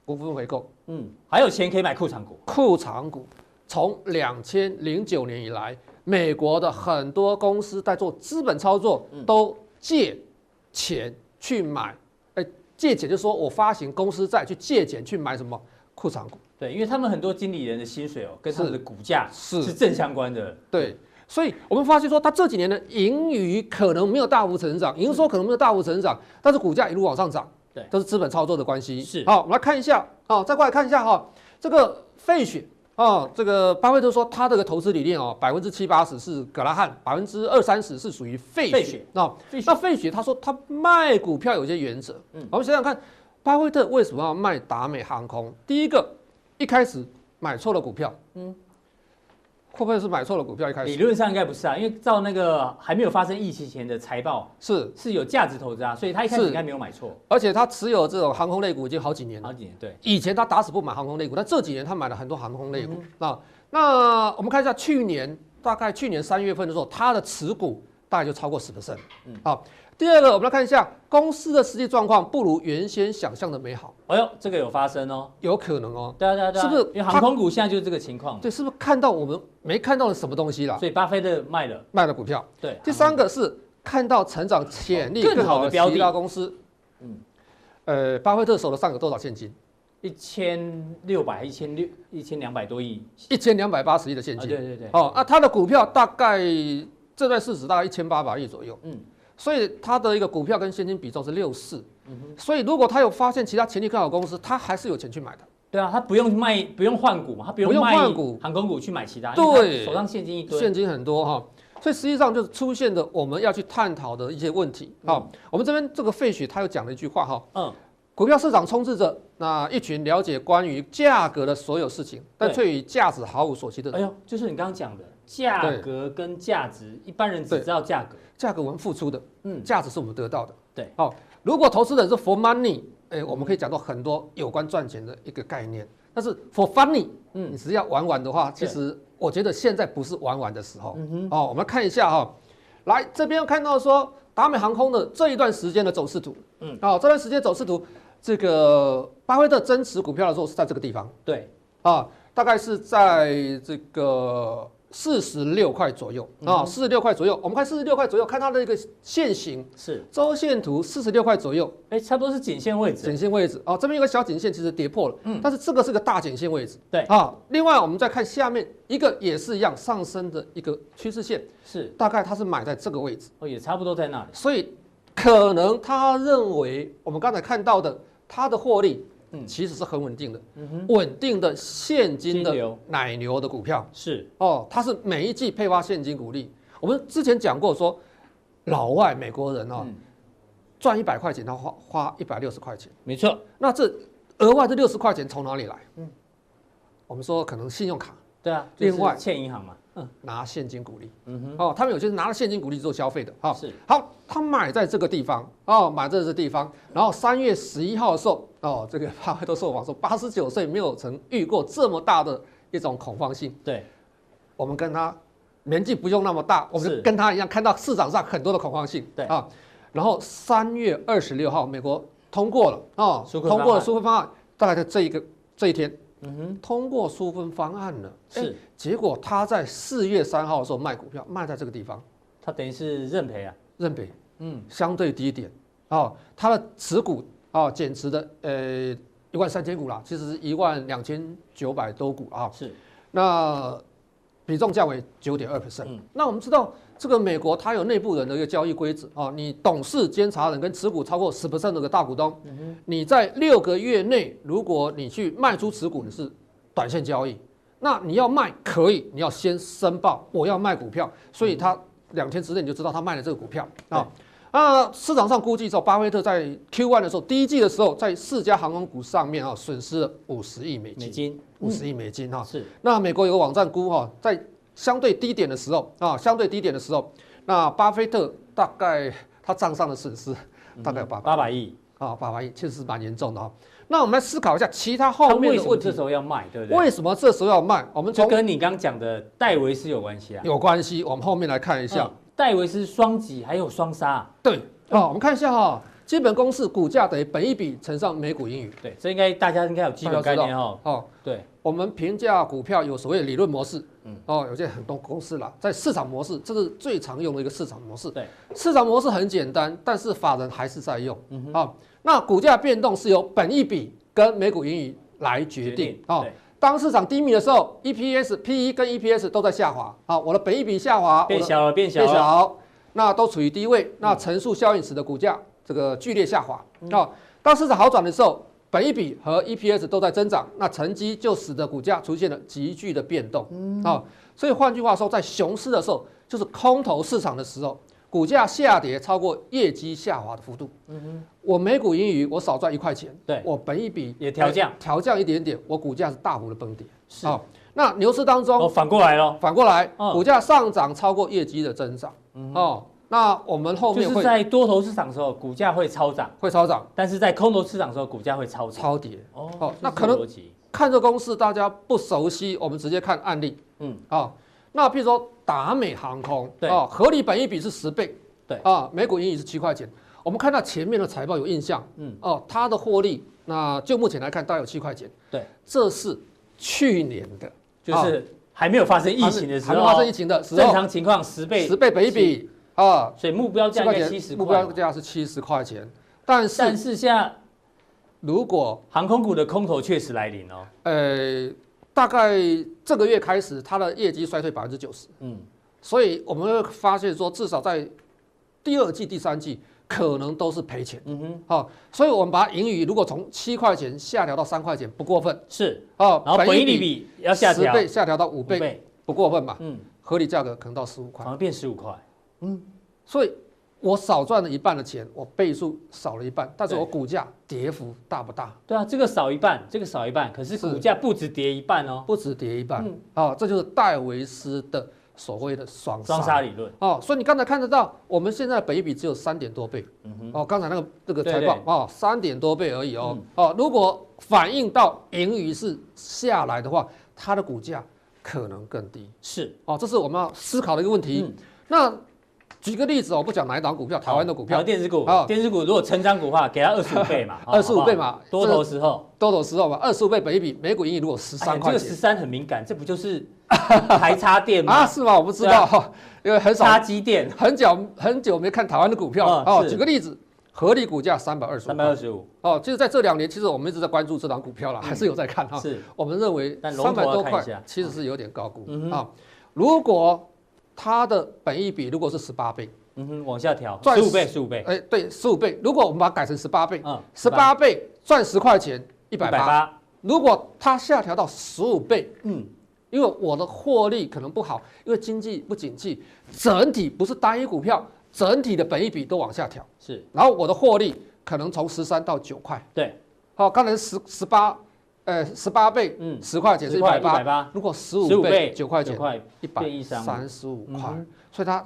Speaker 4: 股份回购。
Speaker 1: 嗯，还有钱可以买裤长股，
Speaker 4: 库藏股从两千零九年以来，美国的很多公司在做资本操作，都借钱去买，哎，借钱就是说我发行公司债去借钱去买什么库藏股，
Speaker 1: 对，因为他们很多经理人的薪水哦，跟他们的股价
Speaker 4: 是
Speaker 1: 是正相关的，
Speaker 4: 对。所以我们发现说，它这几年的盈余可能没有大幅成长，营收可能没有大幅成长，但是股价一路往上涨，
Speaker 1: 对
Speaker 4: 都是资本操作的关系。
Speaker 1: 是
Speaker 4: 好，我们来看一下，哦，再过来看一下哈、这个费雪哦，这个巴菲特说他这个投资理念哦，百分之七八十是格拉汉，百分之二三十是属于费
Speaker 1: 费雪
Speaker 4: 雪。那、哦、那费雪他说他卖股票有些原则，
Speaker 1: 嗯
Speaker 4: 我们想想看，巴菲特为什么要卖达美航空？第一个，一开始买错了股票，嗯，会不会是买错了股票一开
Speaker 1: 理
Speaker 4: 始？
Speaker 1: 论上应该不是啊，因为照那个还没有发生疫情前的财报
Speaker 4: 是，
Speaker 1: 是有价值投资啊，所以他一开始
Speaker 4: 是
Speaker 1: 应该没有买错，
Speaker 4: 而且他持有这种航空类股已经好几年了
Speaker 1: 好。几年对，
Speaker 4: 以前他打死不买航空类股，但这几年他买了很多航空
Speaker 1: 嗯
Speaker 4: 类股。那那我们看一下去年，大概去年三月份的时候，他的持股大概就超过十 percent。
Speaker 1: 嗯
Speaker 4: 好，第二个我们来看一下公司的实际状况，不如原先想象的美好，
Speaker 1: 哎呦，这个有发生哦，
Speaker 4: 有可能哦。
Speaker 1: 对啊对啊对啊，
Speaker 4: 是不是
Speaker 1: 因为航空股现在就是这个情况嘛，
Speaker 4: 对，是不是看到我们没看到的什么东西了？
Speaker 1: 啊所以巴菲特卖了，
Speaker 4: 卖了股票。
Speaker 1: 对，啊哦
Speaker 4: 第三个是看到成长潜力
Speaker 1: 更好的标的
Speaker 4: 其他公司。
Speaker 1: 嗯
Speaker 4: 嗯，呃，巴菲特手头上有多少现金？
Speaker 1: 一千六百一千六一千两百多亿，
Speaker 4: 一千两百八十亿的现
Speaker 1: 啊
Speaker 4: 金
Speaker 1: 对。对对，
Speaker 4: 哦，啊，他的股票大概这段市值大概一千八百亿左右，
Speaker 1: 嗯
Speaker 4: 嗯，所以他的一个股票跟现金比重是六四，
Speaker 1: 嗯
Speaker 4: 所以如果他有发现其他潜力更好的公司，他还是有钱去买的。
Speaker 1: 对啊，他不用卖，不用换股嘛，他不用
Speaker 4: 不用
Speaker 1: 卖
Speaker 4: 换股
Speaker 1: 航空股去买其他，
Speaker 4: 对
Speaker 1: 因为他手上现金一堆，
Speaker 4: 现金很多哈、所以实际上就是出现的我们要去探讨的一些问题。好、我们这边这个费雪他又讲了一句话哈、
Speaker 1: 嗯，
Speaker 4: 股票市场充斥着那一群了解关于价格的所有事情，但
Speaker 1: 对
Speaker 4: 却与价值毫无所知的
Speaker 1: 哎
Speaker 4: 人。
Speaker 1: 呦，就是你刚刚讲的价格跟价值，一般人只
Speaker 4: 对
Speaker 1: 知道价格，
Speaker 4: 价格我们付出的，
Speaker 1: 嗯，
Speaker 4: 价值是我们得到的。
Speaker 1: 对，
Speaker 4: 好、如果投资人是 for money，哎、我们可以讲到很多有关赚钱的一个概念。但是 for funny，
Speaker 1: 嗯
Speaker 4: 你只要玩玩的话，其
Speaker 1: 对
Speaker 4: 实我觉得现在不是玩玩的时候。
Speaker 1: 嗯哼，
Speaker 4: 哦，我们看一下哈、来这边看到说达美航空的这一段时间的走势图，
Speaker 1: 嗯
Speaker 4: 嗯，哦，这段时间走势图，这个巴菲特增持股票的时候是在这个地方
Speaker 1: 对，
Speaker 4: 啊，大概是在这个。四十六块左右
Speaker 1: 嗯
Speaker 4: 啊，四十六块左右。我们看四十六块左右，看它的一个线型，
Speaker 1: 是，
Speaker 4: 周线图四十六块左右，
Speaker 1: 哎，差不多是颈线位置，
Speaker 4: 颈线位置哦，这边有个小颈线，其实跌破了，
Speaker 1: 嗯
Speaker 4: 但是这个是个大颈线位置，
Speaker 1: 对
Speaker 4: 啊。另外我们再看下面一个也是一样上升的一个趋势线，
Speaker 1: 是，
Speaker 4: 大概它是买在这个位置，
Speaker 1: 哦，也差不多在那里，
Speaker 4: 所以可能他认为我们刚才看到的它的获利，
Speaker 1: 嗯
Speaker 4: 其实是很稳定的，
Speaker 1: 嗯哼，
Speaker 4: 稳定的现金
Speaker 1: 金
Speaker 4: 的
Speaker 1: 流
Speaker 4: 奶牛的股票
Speaker 1: 是，
Speaker 4: 哦，它是每一季配发现金股利。我们之前讲过说，老外美国人哦
Speaker 1: 嗯，
Speaker 4: 赚一百块钱他花花一百六十块钱。
Speaker 1: 没错，
Speaker 4: 那这额外这六十块钱从哪里来？嗯，我们说可能信用卡
Speaker 1: 对啊，就是
Speaker 4: 另外
Speaker 1: 欠银行嘛，
Speaker 4: 拿现金鼓励，
Speaker 1: 嗯哼，
Speaker 4: 哦，他们有些是拿了现金鼓励做消费的，哈、
Speaker 1: 是，
Speaker 4: 好，他买在这个地方，哦，买在这个地方，然后三月十一号的时候，哦，这个 <laughs> 巴菲特受访说，八十九岁没有曾遇过这么大的一种恐慌性，
Speaker 1: 对，
Speaker 4: 我们跟他年纪不用那么大，我们
Speaker 1: 是
Speaker 4: 就跟他一样看到市场上很多的恐慌性，
Speaker 1: 对
Speaker 4: 啊，然后三月二十六号美国通过了哦，
Speaker 1: 纾困方
Speaker 4: 通过了
Speaker 1: 案
Speaker 4: 纾困方案，大概就这一个这一天
Speaker 1: 嗯哼，
Speaker 4: 通过纾困方案了，哎
Speaker 1: 是，
Speaker 4: 结果他在四月三号的时候卖股票，卖在这个地方
Speaker 1: 他等于是认赔啊，
Speaker 4: 认赔
Speaker 1: 嗯，
Speaker 4: 相对低点，哦，他的持股哦减持的呃一万三千股啦，其实是一万两千九百多股啊，
Speaker 1: 是，
Speaker 4: 那比重价为九点二 percent
Speaker 1: 嗯。
Speaker 4: 那我们知道，这个美国它有内部人的一个交易规则啊，你董事、监察人跟持股超过十 percent 的一个大股东，
Speaker 1: 嗯
Speaker 4: 你在六个月内，如果你去卖出持股，你是短线交易。那你要卖可以，你要先申报，我要卖股票，所以他两天之内你就知道他卖了这个股票啊。那市场上估计说，巴菲特在 Q1 的时候，第一季的时候，在四家航空股上面啊，损失了五十亿美
Speaker 1: 美
Speaker 4: 金，
Speaker 1: 金
Speaker 4: 五十亿美金哦哈、
Speaker 1: 是，
Speaker 4: 那美国有个网站估哈、在相对低点的时候啊，相对低点的时候，那巴菲特大概他账上的损失
Speaker 1: 嗯
Speaker 4: 大概有八百
Speaker 1: 八百亿，
Speaker 4: 啊，八百亿，确实是蛮严重的哈、那我们来思考一下其他
Speaker 1: 他
Speaker 4: 后面
Speaker 1: 为
Speaker 4: 的
Speaker 1: 什么
Speaker 4: 问
Speaker 1: 这
Speaker 4: 题
Speaker 1: 时，候要卖，对不对？
Speaker 4: 为什么这时候要卖？我们
Speaker 1: 就
Speaker 4: 从
Speaker 1: 跟你刚讲的戴维斯有关系啊，
Speaker 4: 有关系，我们后面来看一下。
Speaker 1: 嗯戴维斯双击还有双杀啊，
Speaker 4: 对啊，我们看一下哈、基本公式股价等于本一比乘上每股盈余。
Speaker 1: 对，这应该大家应该有基本概念哦。
Speaker 4: 哦，
Speaker 1: 对，
Speaker 4: 我们评价股票有所谓的理论模式，哦，有些很多公司啦，在市场模式，这是最常用的一个市场模式。
Speaker 1: 对，
Speaker 4: 市场模式很简单，但是法人还是在用。啊，那股价变动是由本益比跟每股盈余来决定。哦，
Speaker 1: 对
Speaker 4: 当市场低迷的时候，EPS、PE ，E 跟 EPS 都在下滑。啊，我的本益比下滑，我
Speaker 1: 变
Speaker 4: 的
Speaker 1: 小了，变小嗯
Speaker 4: 变
Speaker 1: 了，
Speaker 4: 小，那都处于低位，那乘数效应使得股价这个剧烈下滑。
Speaker 1: 嗯
Speaker 4: 哦，当市场好转的时候，本益比和 EPS 都在增长，那成绩就使得股价出现了急剧的变动。
Speaker 1: 嗯
Speaker 4: 哦，所以换句话说，在熊市的时候，就是空头市场的时候，股价下跌超过业绩下滑的幅度。我每股盈余我少赚一块钱，
Speaker 1: 嗯对
Speaker 4: 我本益比
Speaker 1: 也调降
Speaker 4: 呃调降一点点，我股价是大幅的崩跌。
Speaker 1: 是
Speaker 4: 哦那牛市当中
Speaker 1: 哦，反过来咯，
Speaker 4: 反过来，
Speaker 1: 嗯
Speaker 4: 股价上涨超过业绩的增长，哦，那我们后
Speaker 1: 就
Speaker 4: 面
Speaker 1: 是
Speaker 4: 会
Speaker 1: 在多头市场的时候，股价会超涨，
Speaker 4: 会超涨、
Speaker 1: 但是在空头市场的时候，股价会超跌。
Speaker 4: 超跌。哦
Speaker 1: 这
Speaker 4: 那
Speaker 1: 是
Speaker 4: 可能
Speaker 1: 逻辑
Speaker 4: 看这公式大家不熟悉，我们直接看案例。
Speaker 1: 嗯，
Speaker 4: 啊、那譬如说达美航空，
Speaker 1: 对
Speaker 4: 啊、合理本益比是十倍，
Speaker 1: 对
Speaker 4: 啊、每股盈余是七块钱。我们看到前面的财报有印象，
Speaker 1: 嗯，
Speaker 4: 哦、它的获利，那就目前来看大概有七块钱，
Speaker 1: 对，
Speaker 4: 这是去年的
Speaker 1: 就是还没有发生疫
Speaker 4: 还没
Speaker 1: 情的时
Speaker 4: 还没
Speaker 1: 候，
Speaker 4: 发生疫情的时
Speaker 1: 正
Speaker 4: 候，
Speaker 1: 常情况十倍
Speaker 4: 十，倍本益比啊，
Speaker 1: 所以目标价
Speaker 4: 7
Speaker 1: 应
Speaker 4: 块
Speaker 1: 该
Speaker 4: 钱
Speaker 1: 七十
Speaker 4: 目
Speaker 1: 块
Speaker 4: 标
Speaker 1: 嘛。
Speaker 4: 价是七十块钱，但
Speaker 1: 但
Speaker 4: 是
Speaker 1: 是现在
Speaker 4: 如果
Speaker 1: 航空股的空头确实来临哦，
Speaker 4: 呃，大概这个月开始，它的业绩衰退百分之九十。
Speaker 1: 嗯
Speaker 4: 嗯，所以我们会发现说，至少在第二季、第三季可能都是赔钱。
Speaker 1: 嗯哼，
Speaker 4: 好、所以我们把盈余如果从七块钱下调到三块钱，不过分。
Speaker 1: 是，
Speaker 4: 哦，
Speaker 1: 然后本益
Speaker 4: 益
Speaker 1: 比比要下
Speaker 4: 十
Speaker 1: 调
Speaker 4: 倍下调到五
Speaker 1: 五
Speaker 4: 倍，啊
Speaker 1: 倍，
Speaker 4: 不过分嘛？
Speaker 1: 嗯，
Speaker 4: 合理价格可能到十五块
Speaker 1: 反，而变十五块，
Speaker 4: 所以我少赚了一半的钱，我倍数少了一半，但是
Speaker 1: 对
Speaker 4: 我股价跌幅大不大？
Speaker 1: 对啊，这个少一半，这个少一半，可是
Speaker 4: 是
Speaker 1: 股价不止跌一半哦，
Speaker 4: 不止跌一半。
Speaker 1: 嗯
Speaker 4: 哦，这就是戴维斯的所谓的双
Speaker 1: 双杀理论，
Speaker 4: 哦，所以你刚才看得到，我们现在北比只有三点多倍，哦，刚才那个这个
Speaker 1: 对
Speaker 4: 财
Speaker 1: 嗯对嗯
Speaker 4: 报哦，三点多倍而已哦，哦，如果反映到盈余是下来的话，它的股价可能更低，
Speaker 1: 是，
Speaker 4: 哦，这是我们要思考的一个问题。
Speaker 1: 嗯
Speaker 4: 那举个例子哦，我不讲哪一档股票，台湾的股
Speaker 1: 然
Speaker 4: 票
Speaker 1: 后，电子股
Speaker 4: 好，
Speaker 1: 电子股如果成长股的话，给它二十五倍
Speaker 4: <laughs>
Speaker 1: 嘛，好
Speaker 4: 25倍
Speaker 1: 好不好
Speaker 4: 嘛
Speaker 1: 多
Speaker 4: 这个
Speaker 1: 头时候。
Speaker 4: 多走时候吧，二十五倍北比，每股盈余如果十
Speaker 1: 哎
Speaker 4: 三
Speaker 1: 呀
Speaker 4: 块
Speaker 1: 这个十
Speaker 4: 钱、
Speaker 1: 三很敏感，这不就是 <laughs> 台插电吗？
Speaker 4: 啊，是吗？我不知道哈、因为很少
Speaker 1: 插机电
Speaker 4: <laughs> 很久很久没看台湾的股票
Speaker 1: 嗯
Speaker 4: 哦。
Speaker 1: 是
Speaker 4: 举个例子，合理股价三百二十
Speaker 1: 三百二十五嗯
Speaker 4: 哦，就是在这两年，其实我们一直在关注这档股票了，还是有在看哈。
Speaker 1: 是
Speaker 4: 我们认为
Speaker 1: 但龙
Speaker 4: 三
Speaker 1: 头
Speaker 4: 百
Speaker 1: 要
Speaker 4: 多
Speaker 1: 看一
Speaker 4: 块
Speaker 1: 下啊
Speaker 4: 其实是有点高估
Speaker 1: 嗯哼
Speaker 4: 啊。如果它的本益比如果是十八倍，
Speaker 1: 嗯哼，往下调，
Speaker 4: 赚
Speaker 1: 十五倍，
Speaker 4: 10
Speaker 1: 十五倍，
Speaker 4: 哎，对，十五倍。如果我们把它改成十八倍，
Speaker 1: 嗯，
Speaker 4: 十八倍赚十块钱，一
Speaker 1: 一
Speaker 4: 百
Speaker 1: 百
Speaker 4: 八。
Speaker 1: 八，
Speaker 4: 如果它下调到十五倍，
Speaker 1: 嗯，
Speaker 4: 因为我的获利可能不好，因为经济不景气，整体不是单一股票，整体的本益比都往下调，
Speaker 1: 是
Speaker 4: 然后我的获利可能从十三到九块。
Speaker 1: 对，
Speaker 4: 好，刚才十十八，呃，十八倍，
Speaker 1: 嗯
Speaker 4: 嗯，十块钱是
Speaker 1: 十
Speaker 4: 一
Speaker 1: 块
Speaker 4: 百
Speaker 1: 一百
Speaker 4: 八，
Speaker 1: 八，
Speaker 4: 如果十
Speaker 1: 15
Speaker 4: 五倍九块
Speaker 1: 九
Speaker 4: 钱，
Speaker 1: 块，
Speaker 4: 一百
Speaker 1: 变一三五
Speaker 4: 三十五块
Speaker 1: 嗯，
Speaker 4: 所以它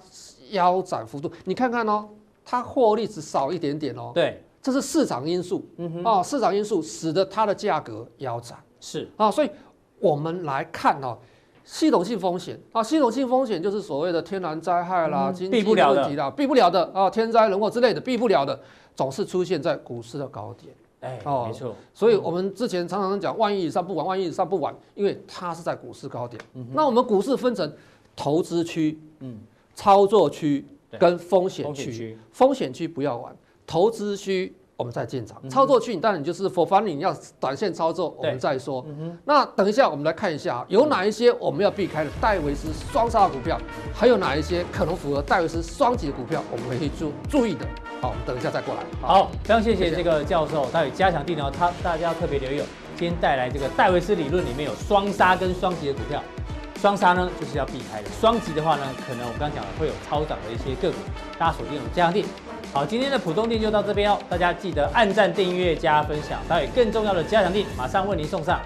Speaker 4: 腰斩幅度，你看看哦，它获利只少一点点哦，
Speaker 1: 对，
Speaker 4: 这是市场因素
Speaker 1: 嗯哼，
Speaker 4: 哦，市场因素使得它的价格腰斩
Speaker 1: 是
Speaker 4: 啊，所以我们来看哦。系统性风险啊，系统性风险就是所谓的天然灾害啦、
Speaker 1: 嗯
Speaker 4: 经
Speaker 1: 避
Speaker 4: 济
Speaker 1: 不了的
Speaker 4: 问题啦，避不了的啊，天灾人祸之类的，避不了的，总是出现在股市的高点。
Speaker 1: 哎，
Speaker 4: 哦
Speaker 1: 没错，
Speaker 4: 所以我们之前常常讲，万亿以上不玩，万亿以上不玩，因为它是在股市高点。那我们股市分成投资区、
Speaker 1: 嗯，
Speaker 4: 操作区
Speaker 1: 对
Speaker 4: 跟风险
Speaker 1: 风险
Speaker 4: 区。
Speaker 1: 区
Speaker 4: 风险区不要玩，投资区我们再进场，操作区你当然你就是否反正你要短线操作，我们再说。那等一下我们来看一下啊，有哪一些我们要避开的戴维斯双杀的股票，还有哪一些可能符合戴维斯双级的股票，我们会去注注意的。好，我们等一下再过来。
Speaker 1: 好，非常谢谢
Speaker 4: 谢谢
Speaker 1: 这个教授，待会加强地呢，他大家要特别留意，哦。今天带来这个戴维斯理论里面有双杀跟双极的股票，双杀呢就是要避开的，双极的话呢，可能我们刚讲了会有超涨的一些个股，大家锁定我们加强地。好，今天的浦东店就到这边哦，大家记得按赞、订阅、加分享，待会更重要的加强地马上为您送上。